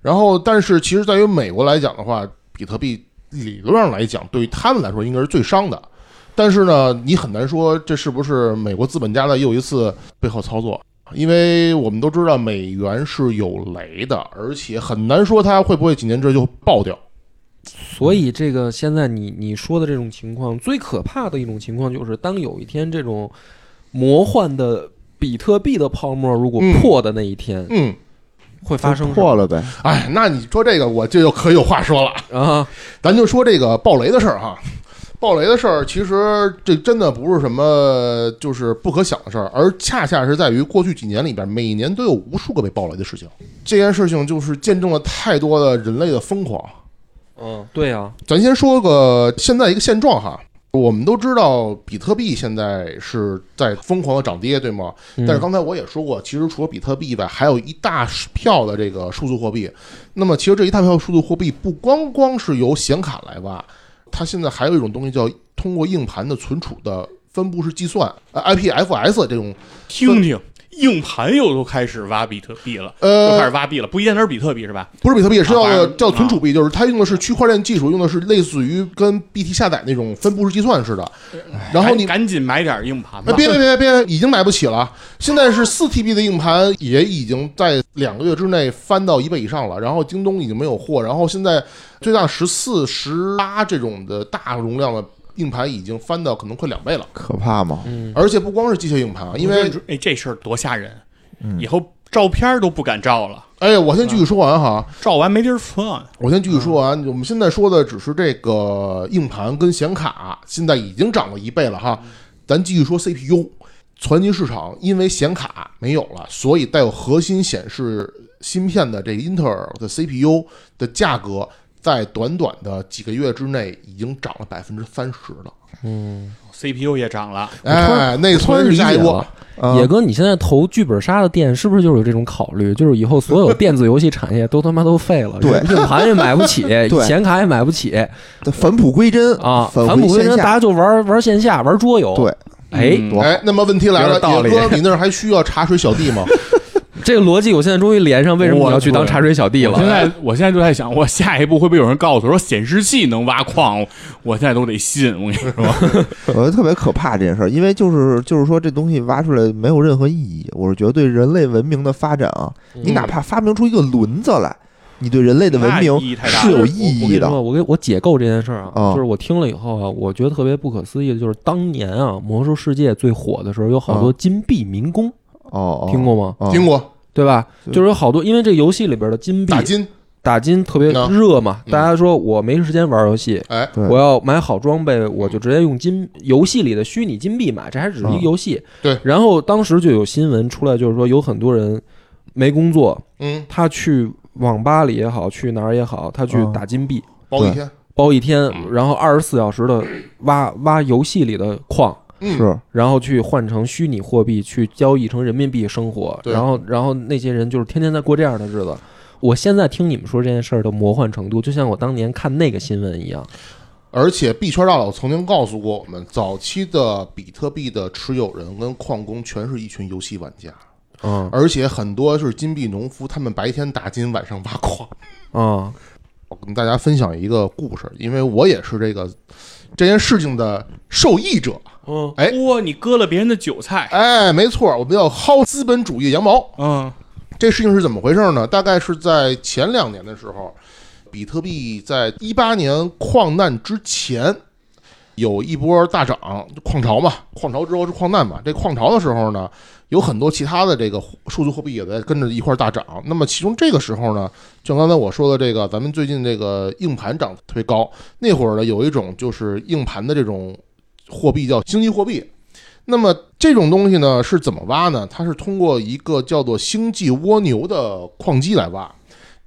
Speaker 5: 然后但是其实在于美国来讲的话，比特币理论上来讲，对于他们来说应该是最伤的。但是呢，你很难说这是不是美国资本家的又一次背后操作，因为我们都知道美元是有雷的，而且很难说它会不会几年之后就爆掉。
Speaker 2: 所以，这个现在你你说的这种情况，最可怕的一种情况就是，当有一天这种魔幻的比特币的泡沫如果
Speaker 5: 嗯
Speaker 2: 破的那一天，
Speaker 5: 嗯，
Speaker 2: 会发生什么
Speaker 4: 破了呗，
Speaker 5: 哎，那你说这个我这就可有话说了。
Speaker 2: 啊？
Speaker 5: 咱就说这个暴雷的事儿哈，暴雷的事儿其实这真的不是什么就是不可想的事儿，而恰恰是在于过去几年里边，每年都有无数个被暴雷的事情。这件事情就是见证了太多的人类的疯狂。
Speaker 2: 嗯，对啊，
Speaker 5: 咱先说个现在一个现状哈，我们都知道比特币现在是在疯狂的涨跌，对吗？
Speaker 2: 嗯
Speaker 5: 但是刚才我也说过，其实除了比特币以外，还有一大票的这个数字货币。那么其实这一大票数字货币不光光是由显卡来挖，它现在还有一种东西叫通过硬盘的存储的分布式计算，呃，IPFS 这种
Speaker 3: 听听。硬盘又都开始挖比特币了，
Speaker 5: 呃
Speaker 3: 又开始挖币了，不一定是比特币是吧？
Speaker 5: 不是比特币，是
Speaker 3: 啊
Speaker 5: 叫
Speaker 3: 反正
Speaker 5: 叫存储币，就是它用的是区块链技术，用的是类似于跟 BT 下载那种分布式计算似的。然后你
Speaker 3: 赶赶紧买点硬盘吧
Speaker 5: 哎，。别别别别，已经买不起了。现在是四 TB 的硬盘，也已经在两个月之内翻到一倍以上了。然后京东已经没有货，然后现在最大十四、十八这种的大容量的硬盘已经翻到可能快两倍了。
Speaker 4: 可怕
Speaker 2: 嗯
Speaker 4: 吗？
Speaker 5: 而且不光是机械硬盘啊，因为
Speaker 3: 哎这事儿多吓人，以后照片都不敢照了，
Speaker 5: 哎，我先继续说完哈，
Speaker 3: 照完没地儿放。
Speaker 5: 我先继
Speaker 2: 嗯
Speaker 5: 续说完。我们现在说的只是这个硬盘跟显卡，现在已经涨了一倍了哈。
Speaker 2: 嗯
Speaker 5: 咱继续说 CPU，传奇市场因为显卡没有了，所以带有核心显示芯片的这个英特尔的 CPU 的价格，在短短的几个月之内已经涨了百分之三十了。
Speaker 3: CPU 也涨了，
Speaker 5: 哎，内
Speaker 2: 突然
Speaker 5: 存
Speaker 2: 理
Speaker 5: 是
Speaker 2: 解
Speaker 5: 下一波
Speaker 2: 了。，
Speaker 4: 嗯
Speaker 2: 野哥，你现在投剧本杀的店是不是就是有这种考虑？就是以后所有电子游戏产业都他妈都废了，
Speaker 4: 对
Speaker 2: 硬盘也买不起，
Speaker 4: *laughs* 对
Speaker 2: 显卡也买不起
Speaker 4: 这返璞归真
Speaker 2: 啊，
Speaker 4: 返
Speaker 2: 返璞归
Speaker 4: 线
Speaker 2: 真，大
Speaker 4: 下，
Speaker 2: 家就玩玩线下，玩桌游。
Speaker 4: 对，
Speaker 2: 哎，
Speaker 3: 嗯
Speaker 4: 多
Speaker 5: 哎，那么问题来
Speaker 2: 有
Speaker 5: 了，
Speaker 2: 点道理
Speaker 5: 野哥，你那儿还需要茶水小
Speaker 2: *laughs*
Speaker 5: 弟吗？
Speaker 2: 这个逻辑我现在终于连上，为什么
Speaker 3: 我
Speaker 2: 你要去当茶水小弟
Speaker 3: 我
Speaker 2: 了
Speaker 3: 现？在我现在就在想，我下一步会不会有人告诉我说显示器能挖矿？我现在都得信。我跟你说，
Speaker 4: 我觉得特别可怕这件事儿，因为就是就是说这东西挖出来没有任何意义。我是觉得对人类文明的发展啊，
Speaker 2: 嗯
Speaker 4: 你哪怕发明出一个轮子来，你对人类的文
Speaker 3: 那
Speaker 4: 明
Speaker 3: 意义太大了
Speaker 4: 是有
Speaker 2: 我跟
Speaker 4: 意
Speaker 2: 你
Speaker 4: 义的。
Speaker 2: 说，我给我解构这件事儿啊，
Speaker 4: 啊
Speaker 2: 就是我听了以后啊，我觉得特别不可思议的就是当年啊，《魔兽世界》最火的时候，有好多
Speaker 4: 啊
Speaker 2: 金币民工，
Speaker 4: 哦，哦
Speaker 2: 听过吗？
Speaker 4: 哦
Speaker 5: 听嗯过
Speaker 2: 对吧？
Speaker 4: 对
Speaker 2: 就是有好多，因为这游戏里边的金币
Speaker 5: 打金，
Speaker 2: 打金特别
Speaker 5: 嗯
Speaker 2: 热嘛，
Speaker 5: 嗯
Speaker 2: 大家说我没时间玩游戏，
Speaker 5: 哎，
Speaker 4: 对
Speaker 2: 我要买好装备，我就直接用金游戏里的虚拟金币买，这还只是一个
Speaker 4: 嗯
Speaker 2: 游戏。
Speaker 5: 对
Speaker 2: 然后当时就有新闻出来，就是说有很多人没工作，
Speaker 5: 嗯，
Speaker 2: 他去网吧里也好，去哪儿也好，他去
Speaker 4: 嗯
Speaker 2: 打金币，
Speaker 5: 包一
Speaker 4: 对
Speaker 5: 天，
Speaker 2: 包一天，
Speaker 5: 嗯
Speaker 2: 然后二十四小时的挖挖游戏里的矿。
Speaker 5: 嗯，
Speaker 3: *laughs*
Speaker 4: 是
Speaker 2: 然后去换成虚拟货币，去交易成人民币生活。
Speaker 5: 对
Speaker 2: 然后，然后那些人就是天天在过这样的日子。我现在听你们说这件事儿的魔幻程度，就像我当年看那个新闻一样。
Speaker 5: 而且币圈大佬曾经告诉过我们，早期的比特币的持有人跟矿工全是一群游戏玩家，
Speaker 2: 嗯
Speaker 5: 而且很多是金币农夫，他们白天打金，晚上挖矿。
Speaker 2: 啊
Speaker 5: 我跟大家分享一个故事，因为我也是这个这件事情的受益者。
Speaker 2: 嗯
Speaker 5: 哎
Speaker 3: 哇，你割了别人的韭菜，
Speaker 5: 哎，没错，我们要薅资本主义羊毛。
Speaker 3: 嗯，
Speaker 5: 这事情是怎么回事呢？大概是在前两年的时候，比特币在一八年矿难之前有一波大涨，矿潮嘛，矿潮之后是矿难嘛。这矿潮的时候呢，有很多其他的这个数字货币也在跟着一块儿大涨。那么其中这个时候呢，就刚才我说的这个，咱们最近这个硬盘涨得特别高，那会儿呢有一种就是硬盘的这种货币叫星际货币。那么这种东西呢是怎么挖呢？它是通过一个叫做星际蜗牛的矿机来挖。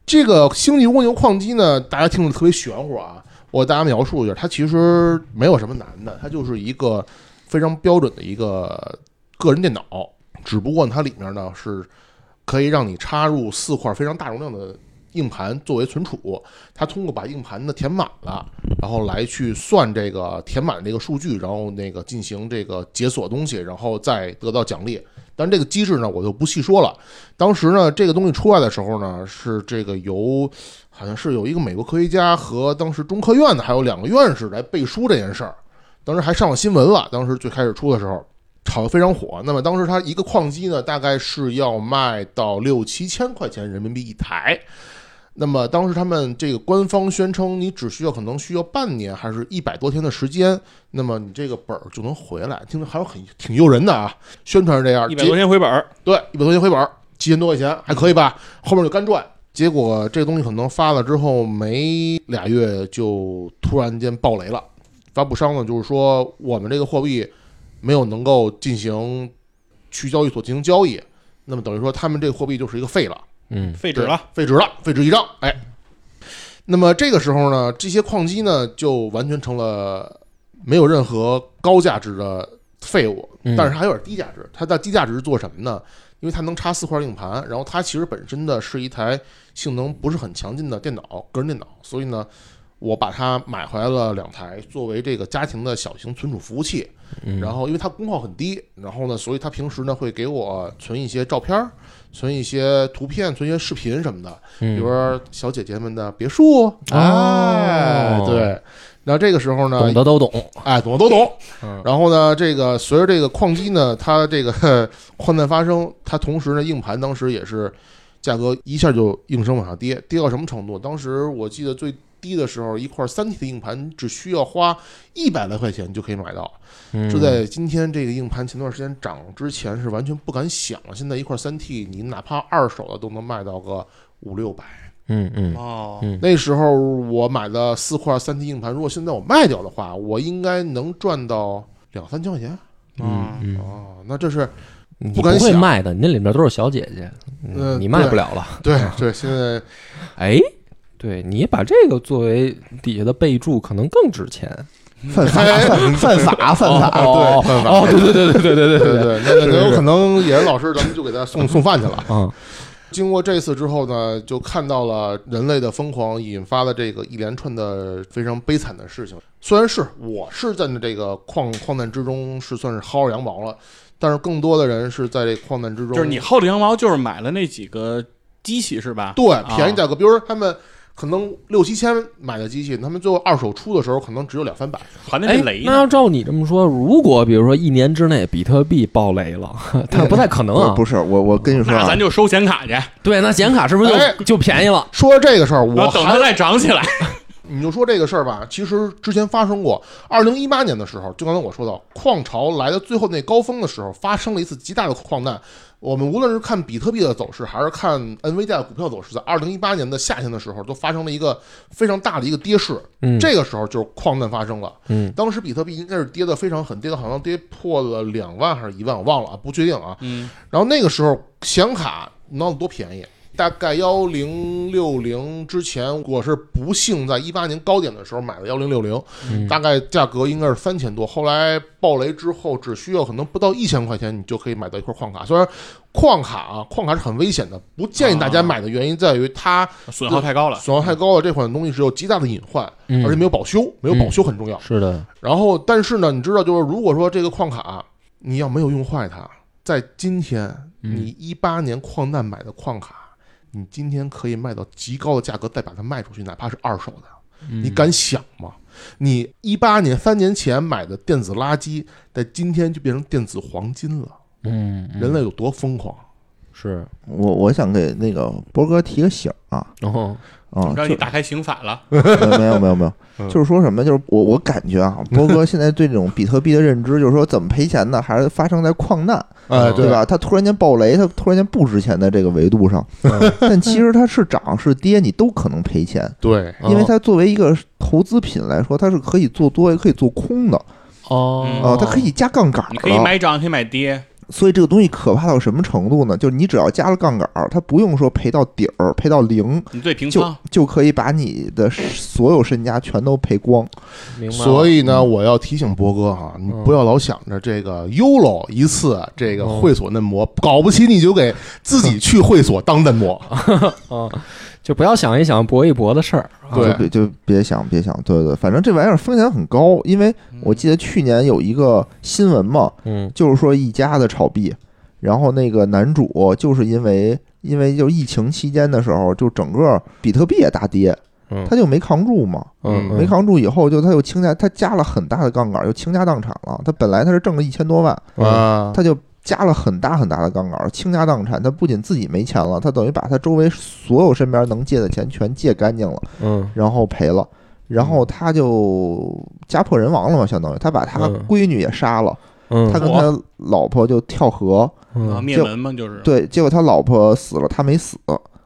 Speaker 5: 这个星际蜗牛矿机呢，大家听着特别玄乎啊，我给大家描述一下，它其实没有什么难的，它就是一个非常标准的一个个人电脑，只不过呢它里面呢是可以让你插入四块非常大容量的硬盘作为存储，它通过把硬盘呢填满了，然后来去算这个填满这个数据，然后那个进行这个解锁东西，然后再得到奖励。但这个机制呢，我就不细说了。当时呢，这个东西出来的时候呢，是这个由好像是有一个美国科学家和当时中科院的还有两个院士来背书这件事儿，当时还上了新闻了。当时最开始出的时候，炒得非常火。那么当时它一个矿机呢，大概是要卖到六七千块钱人民币一台。那么当时他们这个官方宣称，你只需要可能需要半年还是一百多天的时间，那么你这个本儿就能回来。听着还有很挺诱人的啊，宣传是这样，
Speaker 3: 一百多天回本儿，
Speaker 5: 对，一百多钱回本儿，七千多块钱还可以吧？后面就干赚。结果这东西可能发了之后没俩月就突然间爆雷了，发布商呢就是说我们这个货币没有能够进行去交易所进行交易，那么等于说他们这个货币就是一个废了。
Speaker 2: 嗯，
Speaker 3: 废纸了，
Speaker 5: 废纸了，废纸一张。哎，那么这个时候呢，这些矿机呢就完全成了没有任何高价值的废物，
Speaker 2: 嗯
Speaker 5: 但是它有点低价值。它的低价值是做什么呢？因为它能插四块硬盘，然后它其实本身的是一台性能不是很强劲的电脑，个人电脑，所以呢，我把它买回来了两台，作为这个家庭的小型存储服务器。
Speaker 2: 嗯
Speaker 5: 然后因为它功耗很低，然后呢，所以它平时呢会给我呃存一些照片儿，存一些图片，存一些视频什么的，
Speaker 2: 嗯
Speaker 5: 比如说小姐姐们的别墅，哎，对。然后这个时候呢，
Speaker 2: 哦懂得都懂，
Speaker 5: 哎，懂的都懂
Speaker 2: 嗯。
Speaker 5: 然后呢，这个随着这个矿机呢，它这个 *laughs* 呵矿难发生，它同时呢，硬盘当时也是价格一下就应声往下跌，跌到什么程度？当时我记得最低的时候，一块三 T 的硬盘只需要花一百来块钱就可以买到。
Speaker 2: 嗯
Speaker 5: 这在今天这个硬盘前段时间涨之前是完全不敢想的。现在一块三 T，你哪怕二手的都能卖到个五六百。
Speaker 2: 嗯嗯，
Speaker 3: 哦，
Speaker 5: 那时候我买的四块三 T 硬盘，如果现在我卖掉的话，我应该能赚到两三千块钱。
Speaker 3: 嗯，
Speaker 5: 哦，那这是
Speaker 2: 你
Speaker 5: 不敢
Speaker 2: 会
Speaker 5: 想
Speaker 2: 卖的，你那里面都是小姐姐，嗯
Speaker 5: 呃
Speaker 2: 你卖
Speaker 5: 对
Speaker 2: 不了了。
Speaker 5: 对对，现在
Speaker 2: 哎，对你把这个作为底下的备注，可能更值钱。
Speaker 4: 犯法， *laughs* 犯犯法，犯
Speaker 5: 啊
Speaker 4: 法。
Speaker 2: 哦
Speaker 5: 哎犯法
Speaker 2: 哦，对对对对对对对
Speaker 5: 对对
Speaker 2: 对，
Speaker 5: 对，那那有可能野人老师，咱们就给他送 *laughs* 送饭去了。
Speaker 2: 嗯
Speaker 5: 经过这次之后呢，就看到了人类的疯狂引发了这个一连串的非常悲惨的事情。虽然是我是在这个矿矿难之中是算是薅着羊毛了，但是更多的人是在这矿难之中，
Speaker 3: 就是你薅着羊毛，就是买了那几个机器是吧？
Speaker 5: 对
Speaker 3: 啊
Speaker 5: 便宜价格，比如说他们可能六七千买的机器，他们最后二手出的时候可能只有两三百。
Speaker 3: 盘的
Speaker 2: 哎
Speaker 3: 是雷，
Speaker 2: 那要照你这么说，如果比如说一年之内比特币爆雷了， *laughs* 但是不太可能啊
Speaker 4: 不。是我，我跟你说
Speaker 3: 那
Speaker 4: 啊
Speaker 3: 咱，就收显卡去，
Speaker 2: 对，那显卡是不是
Speaker 5: 哎
Speaker 2: 就就便宜了？
Speaker 5: 说这个事儿，
Speaker 3: 然
Speaker 5: 我
Speaker 3: 后等它
Speaker 5: 还
Speaker 3: 再涨起
Speaker 4: *laughs*
Speaker 3: 来。
Speaker 5: 你就说这个事儿吧，其实之前发生过。二零一八年的时候，就刚才我说到，矿潮来的最后那高峰的时候，发生了一次极大的矿难。我们无论是看比特币的走势，还是看 NVIDIA 的股票走势，在二零一八年的夏天的时候，都发生了一个非常大的一个跌势。
Speaker 2: 嗯
Speaker 5: 这个时候就是矿难发生了。
Speaker 2: 嗯，
Speaker 5: 当时比特币应该是跌得非常狠，跌到好像跌破了两万还是一万，我忘了啊，不确定啊。
Speaker 3: 嗯，
Speaker 5: 然后那个时候显卡能有多便宜？大概幺零六零之前，我是不幸在一八年高点的时候买的幺零六零，大概价格应该是三千多。后来暴雷之后，只需要可能不到一千块钱，你就可以买到一块矿卡。虽然矿卡啊，矿卡是很危险的，不建议大家买的原因在于它
Speaker 3: 损耗太高了。
Speaker 5: 损耗太高了，这款东西是有极大的隐患，
Speaker 2: 嗯
Speaker 5: 而且没有保修，没有保修很重要。
Speaker 2: 是的，
Speaker 5: 然后，但是呢，你知道，就是如果说这个矿卡你要没有用坏它，在今天你一八年矿难买的矿卡，你今天可以卖到极高的价格再把它卖出去，哪怕是二手的，
Speaker 2: 嗯
Speaker 5: 你敢想吗？你一八年三年前买的电子垃圾，在今天就变成电子黄金了。
Speaker 2: 嗯，
Speaker 5: 人类有多疯狂？
Speaker 2: 是，
Speaker 4: 我我想给那个波哥提个醒啊
Speaker 2: 然后
Speaker 4: 啊，
Speaker 3: 让
Speaker 4: 就
Speaker 3: 你打开刑法了，
Speaker 4: 呃 *laughs* 没有没有没
Speaker 3: 嗯
Speaker 4: 有，就是说什么，就是我我感觉
Speaker 3: *laughs*
Speaker 4: 啊，波哥现在对这种比特币的认知，就是说怎么赔钱呢，还是发生在矿难，
Speaker 5: 哎，
Speaker 4: 对？吧？它突然间暴雷，它突然间不值钱的这个维度上，
Speaker 3: 嗯
Speaker 4: *laughs* 但其实它是涨是跌，你都可能赔钱，
Speaker 5: 对，
Speaker 3: 嗯
Speaker 4: 因为它作为一个投资品来说，它是可以做多也可以做空的。
Speaker 2: 哦
Speaker 3: 嗯
Speaker 4: 啊，它可以加杠杆
Speaker 3: 你可以
Speaker 4: 了。
Speaker 3: 买涨，可以买跌，
Speaker 4: 所以这个东西可怕到什么程度呢？就是你只要加了杠杆，它不用说赔到底儿，赔到零，
Speaker 3: 你最平
Speaker 4: 就
Speaker 3: 仓。啊
Speaker 4: 就可以把你的所有身家全都赔光。
Speaker 2: 明白了。嗯
Speaker 5: 所以呢，我要提醒博哥哈，你不要老想着这个
Speaker 2: 嗯
Speaker 5: Ulo 一次这个会所嫩模，搞不齐你就给自己去会所当嫩
Speaker 2: *laughs*
Speaker 5: 模。
Speaker 2: 啊，就不要想一想搏一搏的事儿。啊
Speaker 5: 对
Speaker 4: 就别就别想别想，对对，反正这玩意儿风险很高，因为我记得去年有一个新闻嘛，
Speaker 2: 嗯，
Speaker 4: 就是说一家子炒币，然后那个男主就是因为因为就疫情期间的时候，就整个比特币也大跌
Speaker 2: 嗯，
Speaker 4: 他就没扛住嘛，
Speaker 2: 嗯
Speaker 4: 没扛住以后就他又倾家，他加了很大的杠杆，又倾家荡产了，他本来他是挣了一千多万，
Speaker 5: 啊，
Speaker 4: 他就。加了很大很大的杠杆，倾家荡产。他不仅自己没钱了，他等于把他周围所有身边能借的钱全借干净了。
Speaker 2: 嗯
Speaker 4: 然后赔了，然后他就家破人亡了嘛，相当于他把他
Speaker 2: 嗯
Speaker 4: 闺女也杀了，
Speaker 2: 嗯
Speaker 4: 他跟他老婆就跳河，
Speaker 3: 啊，
Speaker 2: 嗯，
Speaker 3: 灭门嘛，就是
Speaker 4: 对，结果他老婆死了，他没死，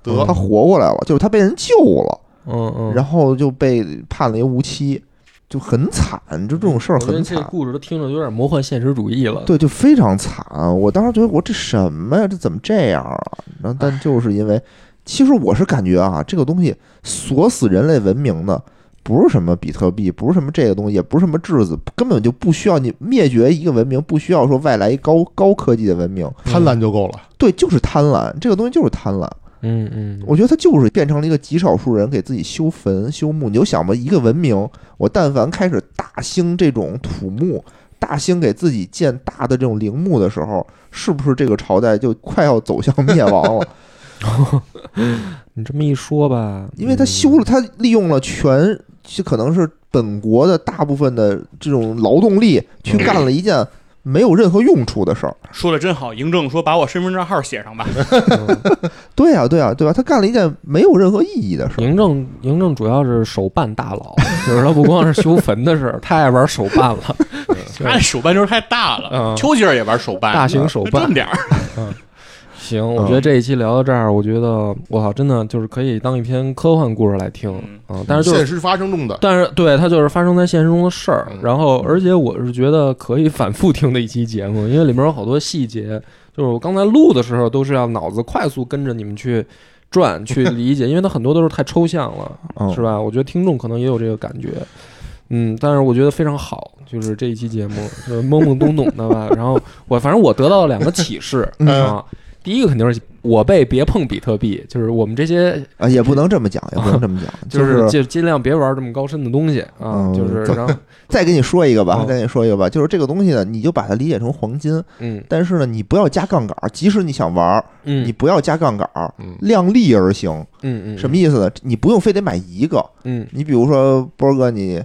Speaker 5: 得
Speaker 4: 他活过来了，就是他被人救了，
Speaker 2: 嗯嗯，
Speaker 4: 然后就被判了一个无期，就很惨，就这种事儿
Speaker 2: 我觉得
Speaker 4: 很
Speaker 2: 这
Speaker 4: 惨。
Speaker 2: 故事都听着有点魔幻现实主义了。
Speaker 4: 对，就非常惨。我当时觉得我这什么呀，这怎么这样啊？然后，但就是因为，其实我是感觉啊，这个东西锁死人类文明的，不是什么比特币，不是什么这个东西，也不是什么质子，根本就不需要你灭绝一个文明，不需要说外来一高高科技的文明。
Speaker 5: 贪婪就够了。
Speaker 4: 对，就是贪婪，这个东西就是贪婪。
Speaker 2: 嗯嗯，
Speaker 4: 我觉得它就是变成了一个极少数人给自己修坟修墓。你就想吧，一个文明，我但凡开始大兴这种土木，大兴给自己建大的这种陵墓的时候，是不是这个朝代就快要走向灭亡了？ *laughs*
Speaker 2: 你这么一说吧，嗯
Speaker 4: 因为他修了，他利用了全，就可能是本国的大部分的这种劳动力去干了一件没有任何用处的事儿。
Speaker 3: 说的真好。嬴政说：“把我身份证号写上吧。
Speaker 2: 嗯
Speaker 4: 对啊，对啊，对吧、他干了一件没有任何意义的事儿。
Speaker 2: 嬴政，嬴政主要是手办大佬， *laughs* 就是他不光是修坟的事儿，他爱玩手办了，”
Speaker 3: 他的手办就是太大了，
Speaker 2: 嗯
Speaker 3: 丘吉尔也玩手办，
Speaker 2: 大型手
Speaker 3: 就这
Speaker 2: 办
Speaker 3: 么。点儿。
Speaker 2: 行，我觉得这一期聊到这儿，我觉得我操，真的就是可以当一篇科幻故事来听
Speaker 3: 嗯
Speaker 2: 啊。但是就是
Speaker 5: 现实发生中的，
Speaker 2: 但是对它就是发生在现实中的事儿
Speaker 5: 嗯，
Speaker 2: 然后而且我是觉得可以反复听的一期节目，因为里面有好多细节，就是我刚才录的时候都是要脑子快速跟着你们去转去理 *laughs* 解，因为它很多都是太抽象了，
Speaker 4: 嗯，
Speaker 2: 是吧？我觉得听众可能也有这个感觉。嗯，但是我觉得非常好，就是这一期节目，就是懵懵懂懂的 *laughs* 吧。然后我反正我得到了两个启示啊，第一个肯定是我辈别碰比特币，就是我们这些
Speaker 4: 啊，也不能这么讲，也不能这么讲，
Speaker 2: *laughs* 就是尽尽量别玩这么高深的东西啊，
Speaker 4: 嗯
Speaker 2: 就是然后
Speaker 4: 再给你说一个
Speaker 3: 哦
Speaker 4: 吧，
Speaker 2: 嗯
Speaker 4: 再给你说一个吧，就是这个东西呢，你就把它理解成黄金，
Speaker 2: 嗯
Speaker 4: 但是呢，你不要加杠杆儿，即使你想玩儿，
Speaker 2: 嗯
Speaker 4: 你不要加杠杆儿
Speaker 5: 嗯，
Speaker 4: 量力而行。
Speaker 2: 嗯嗯
Speaker 4: 什么意思呢？你不用非得买一个，
Speaker 2: 嗯
Speaker 4: 你比如说波儿哥，你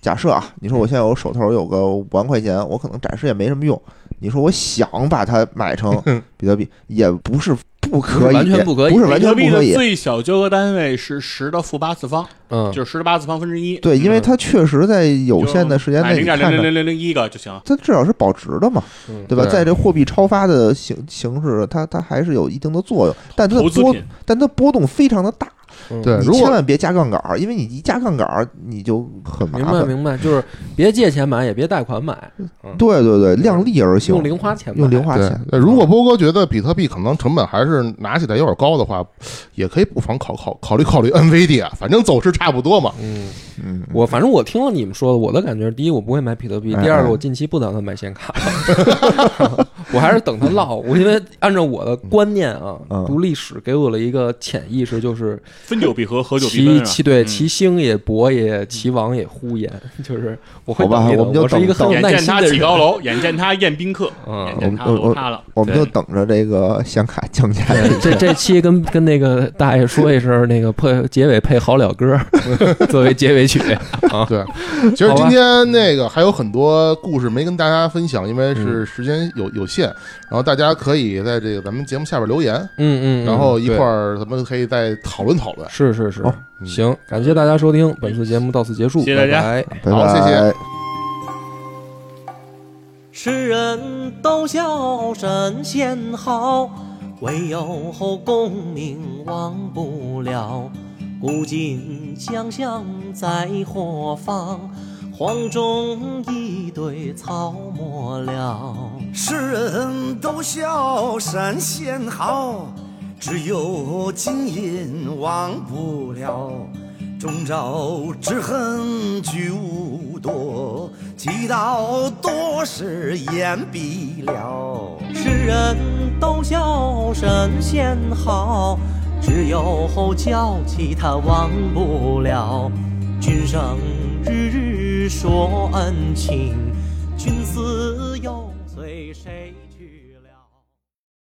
Speaker 4: 假设啊，
Speaker 3: 嗯
Speaker 4: 你说我现在我手头有个五万块钱，我可能暂时也没什么用，你说我想把它
Speaker 3: *laughs*
Speaker 4: 买成比特币，也不是不可以，
Speaker 2: 完全不可以
Speaker 4: 不是
Speaker 3: 比
Speaker 4: 完
Speaker 3: 特
Speaker 4: 全
Speaker 3: 币
Speaker 4: 不可
Speaker 3: 的
Speaker 4: 以。
Speaker 3: 最小交割单位是十的负八次方，
Speaker 2: 嗯
Speaker 3: 就是十的八次方分之一。
Speaker 4: 对，因为它确实在有限的时间内，
Speaker 3: 零
Speaker 4: 你
Speaker 3: 点
Speaker 4: 看
Speaker 3: 零
Speaker 4: 着
Speaker 3: 零零零零一个就行。
Speaker 4: 它至少是保值的嘛，
Speaker 2: 嗯
Speaker 4: 对吧？
Speaker 5: 对
Speaker 4: 在这货币超发的形形式，它它还是有一定的作用，但它的
Speaker 3: 投资
Speaker 4: 波
Speaker 3: 品，
Speaker 4: 但它波动非常的大，
Speaker 2: 嗯
Speaker 5: 对
Speaker 4: 你
Speaker 5: 呃如
Speaker 4: 千
Speaker 5: 果
Speaker 4: 万别加杠杆儿，因为你一加杠杆儿你就很麻
Speaker 2: 明白
Speaker 4: 烦。
Speaker 2: 明白，就是别借钱买，也别贷款买，
Speaker 4: 对对对，量力而行，
Speaker 2: 用零花钱买，
Speaker 4: 用零花
Speaker 5: 对
Speaker 4: 钱，，
Speaker 5: 呃如果波哥觉得比特币可能成本还是拿起来有点高的话，也可以不妨考考考虑考虑 NVD 啊，反正走势差不多嘛。
Speaker 2: 嗯，
Speaker 4: 嗯，
Speaker 2: 我反正我听了你们说的，我的感觉是，第一我不会买比特币，
Speaker 4: 哎
Speaker 2: 第二个
Speaker 4: 哎
Speaker 2: 我近期不打算买显卡， *laughs* 我还是等它落。我因为按照我的观念啊
Speaker 4: 嗯，
Speaker 2: 读历史给我了一个潜意识，就是
Speaker 3: 分久必合，合久必
Speaker 2: 其
Speaker 3: 分。
Speaker 2: 其对
Speaker 3: 嗯
Speaker 2: 其兴也勃也，其亡也忽焉， *laughs* 就是我会
Speaker 4: 好吧
Speaker 2: 等一等，
Speaker 4: 我们就
Speaker 2: 我是一个很
Speaker 4: 等
Speaker 2: 有
Speaker 3: 眼
Speaker 2: 耐
Speaker 3: 见
Speaker 2: 心
Speaker 3: 他
Speaker 2: 的
Speaker 3: 起
Speaker 2: 人。
Speaker 3: 高楼，眼见他宴宾客，
Speaker 2: *laughs* 嗯
Speaker 3: 眼见他
Speaker 4: 我我
Speaker 3: 楼塌了。
Speaker 4: 我们就
Speaker 3: 对
Speaker 4: 等着这个显卡降价。
Speaker 3: *laughs*
Speaker 2: 这这期跟跟那个大爷说一声，那个配结尾配好了歌 *laughs* 作为结尾曲。
Speaker 5: 对，其实
Speaker 2: 好吧
Speaker 5: 今天那个还有很多故事没跟大家分享，因为是时间有有限，然后大家可以在这个咱们节目下边留言，
Speaker 2: 嗯嗯，
Speaker 5: 然后一
Speaker 2: 对
Speaker 5: 块儿咱们可以再讨论讨论。
Speaker 2: 是是是
Speaker 4: 好，
Speaker 2: 行，感谢大家收听，本次节目到此结束，
Speaker 3: 哦谢谢大家
Speaker 2: 拜拜
Speaker 4: 拜
Speaker 5: 好谢谢
Speaker 4: 拜
Speaker 8: 世人都笑神仙好，唯有功名忘不了。古今将相在何方？黄钟一对草没了。
Speaker 9: 世人都笑山仙好，只有金银忘不了。终朝只恨聚无多，祈祷多时言毕了。
Speaker 8: 世人都笑神仙好，只有娇妻他忘不了。君生日日说恩情，君死又随谁？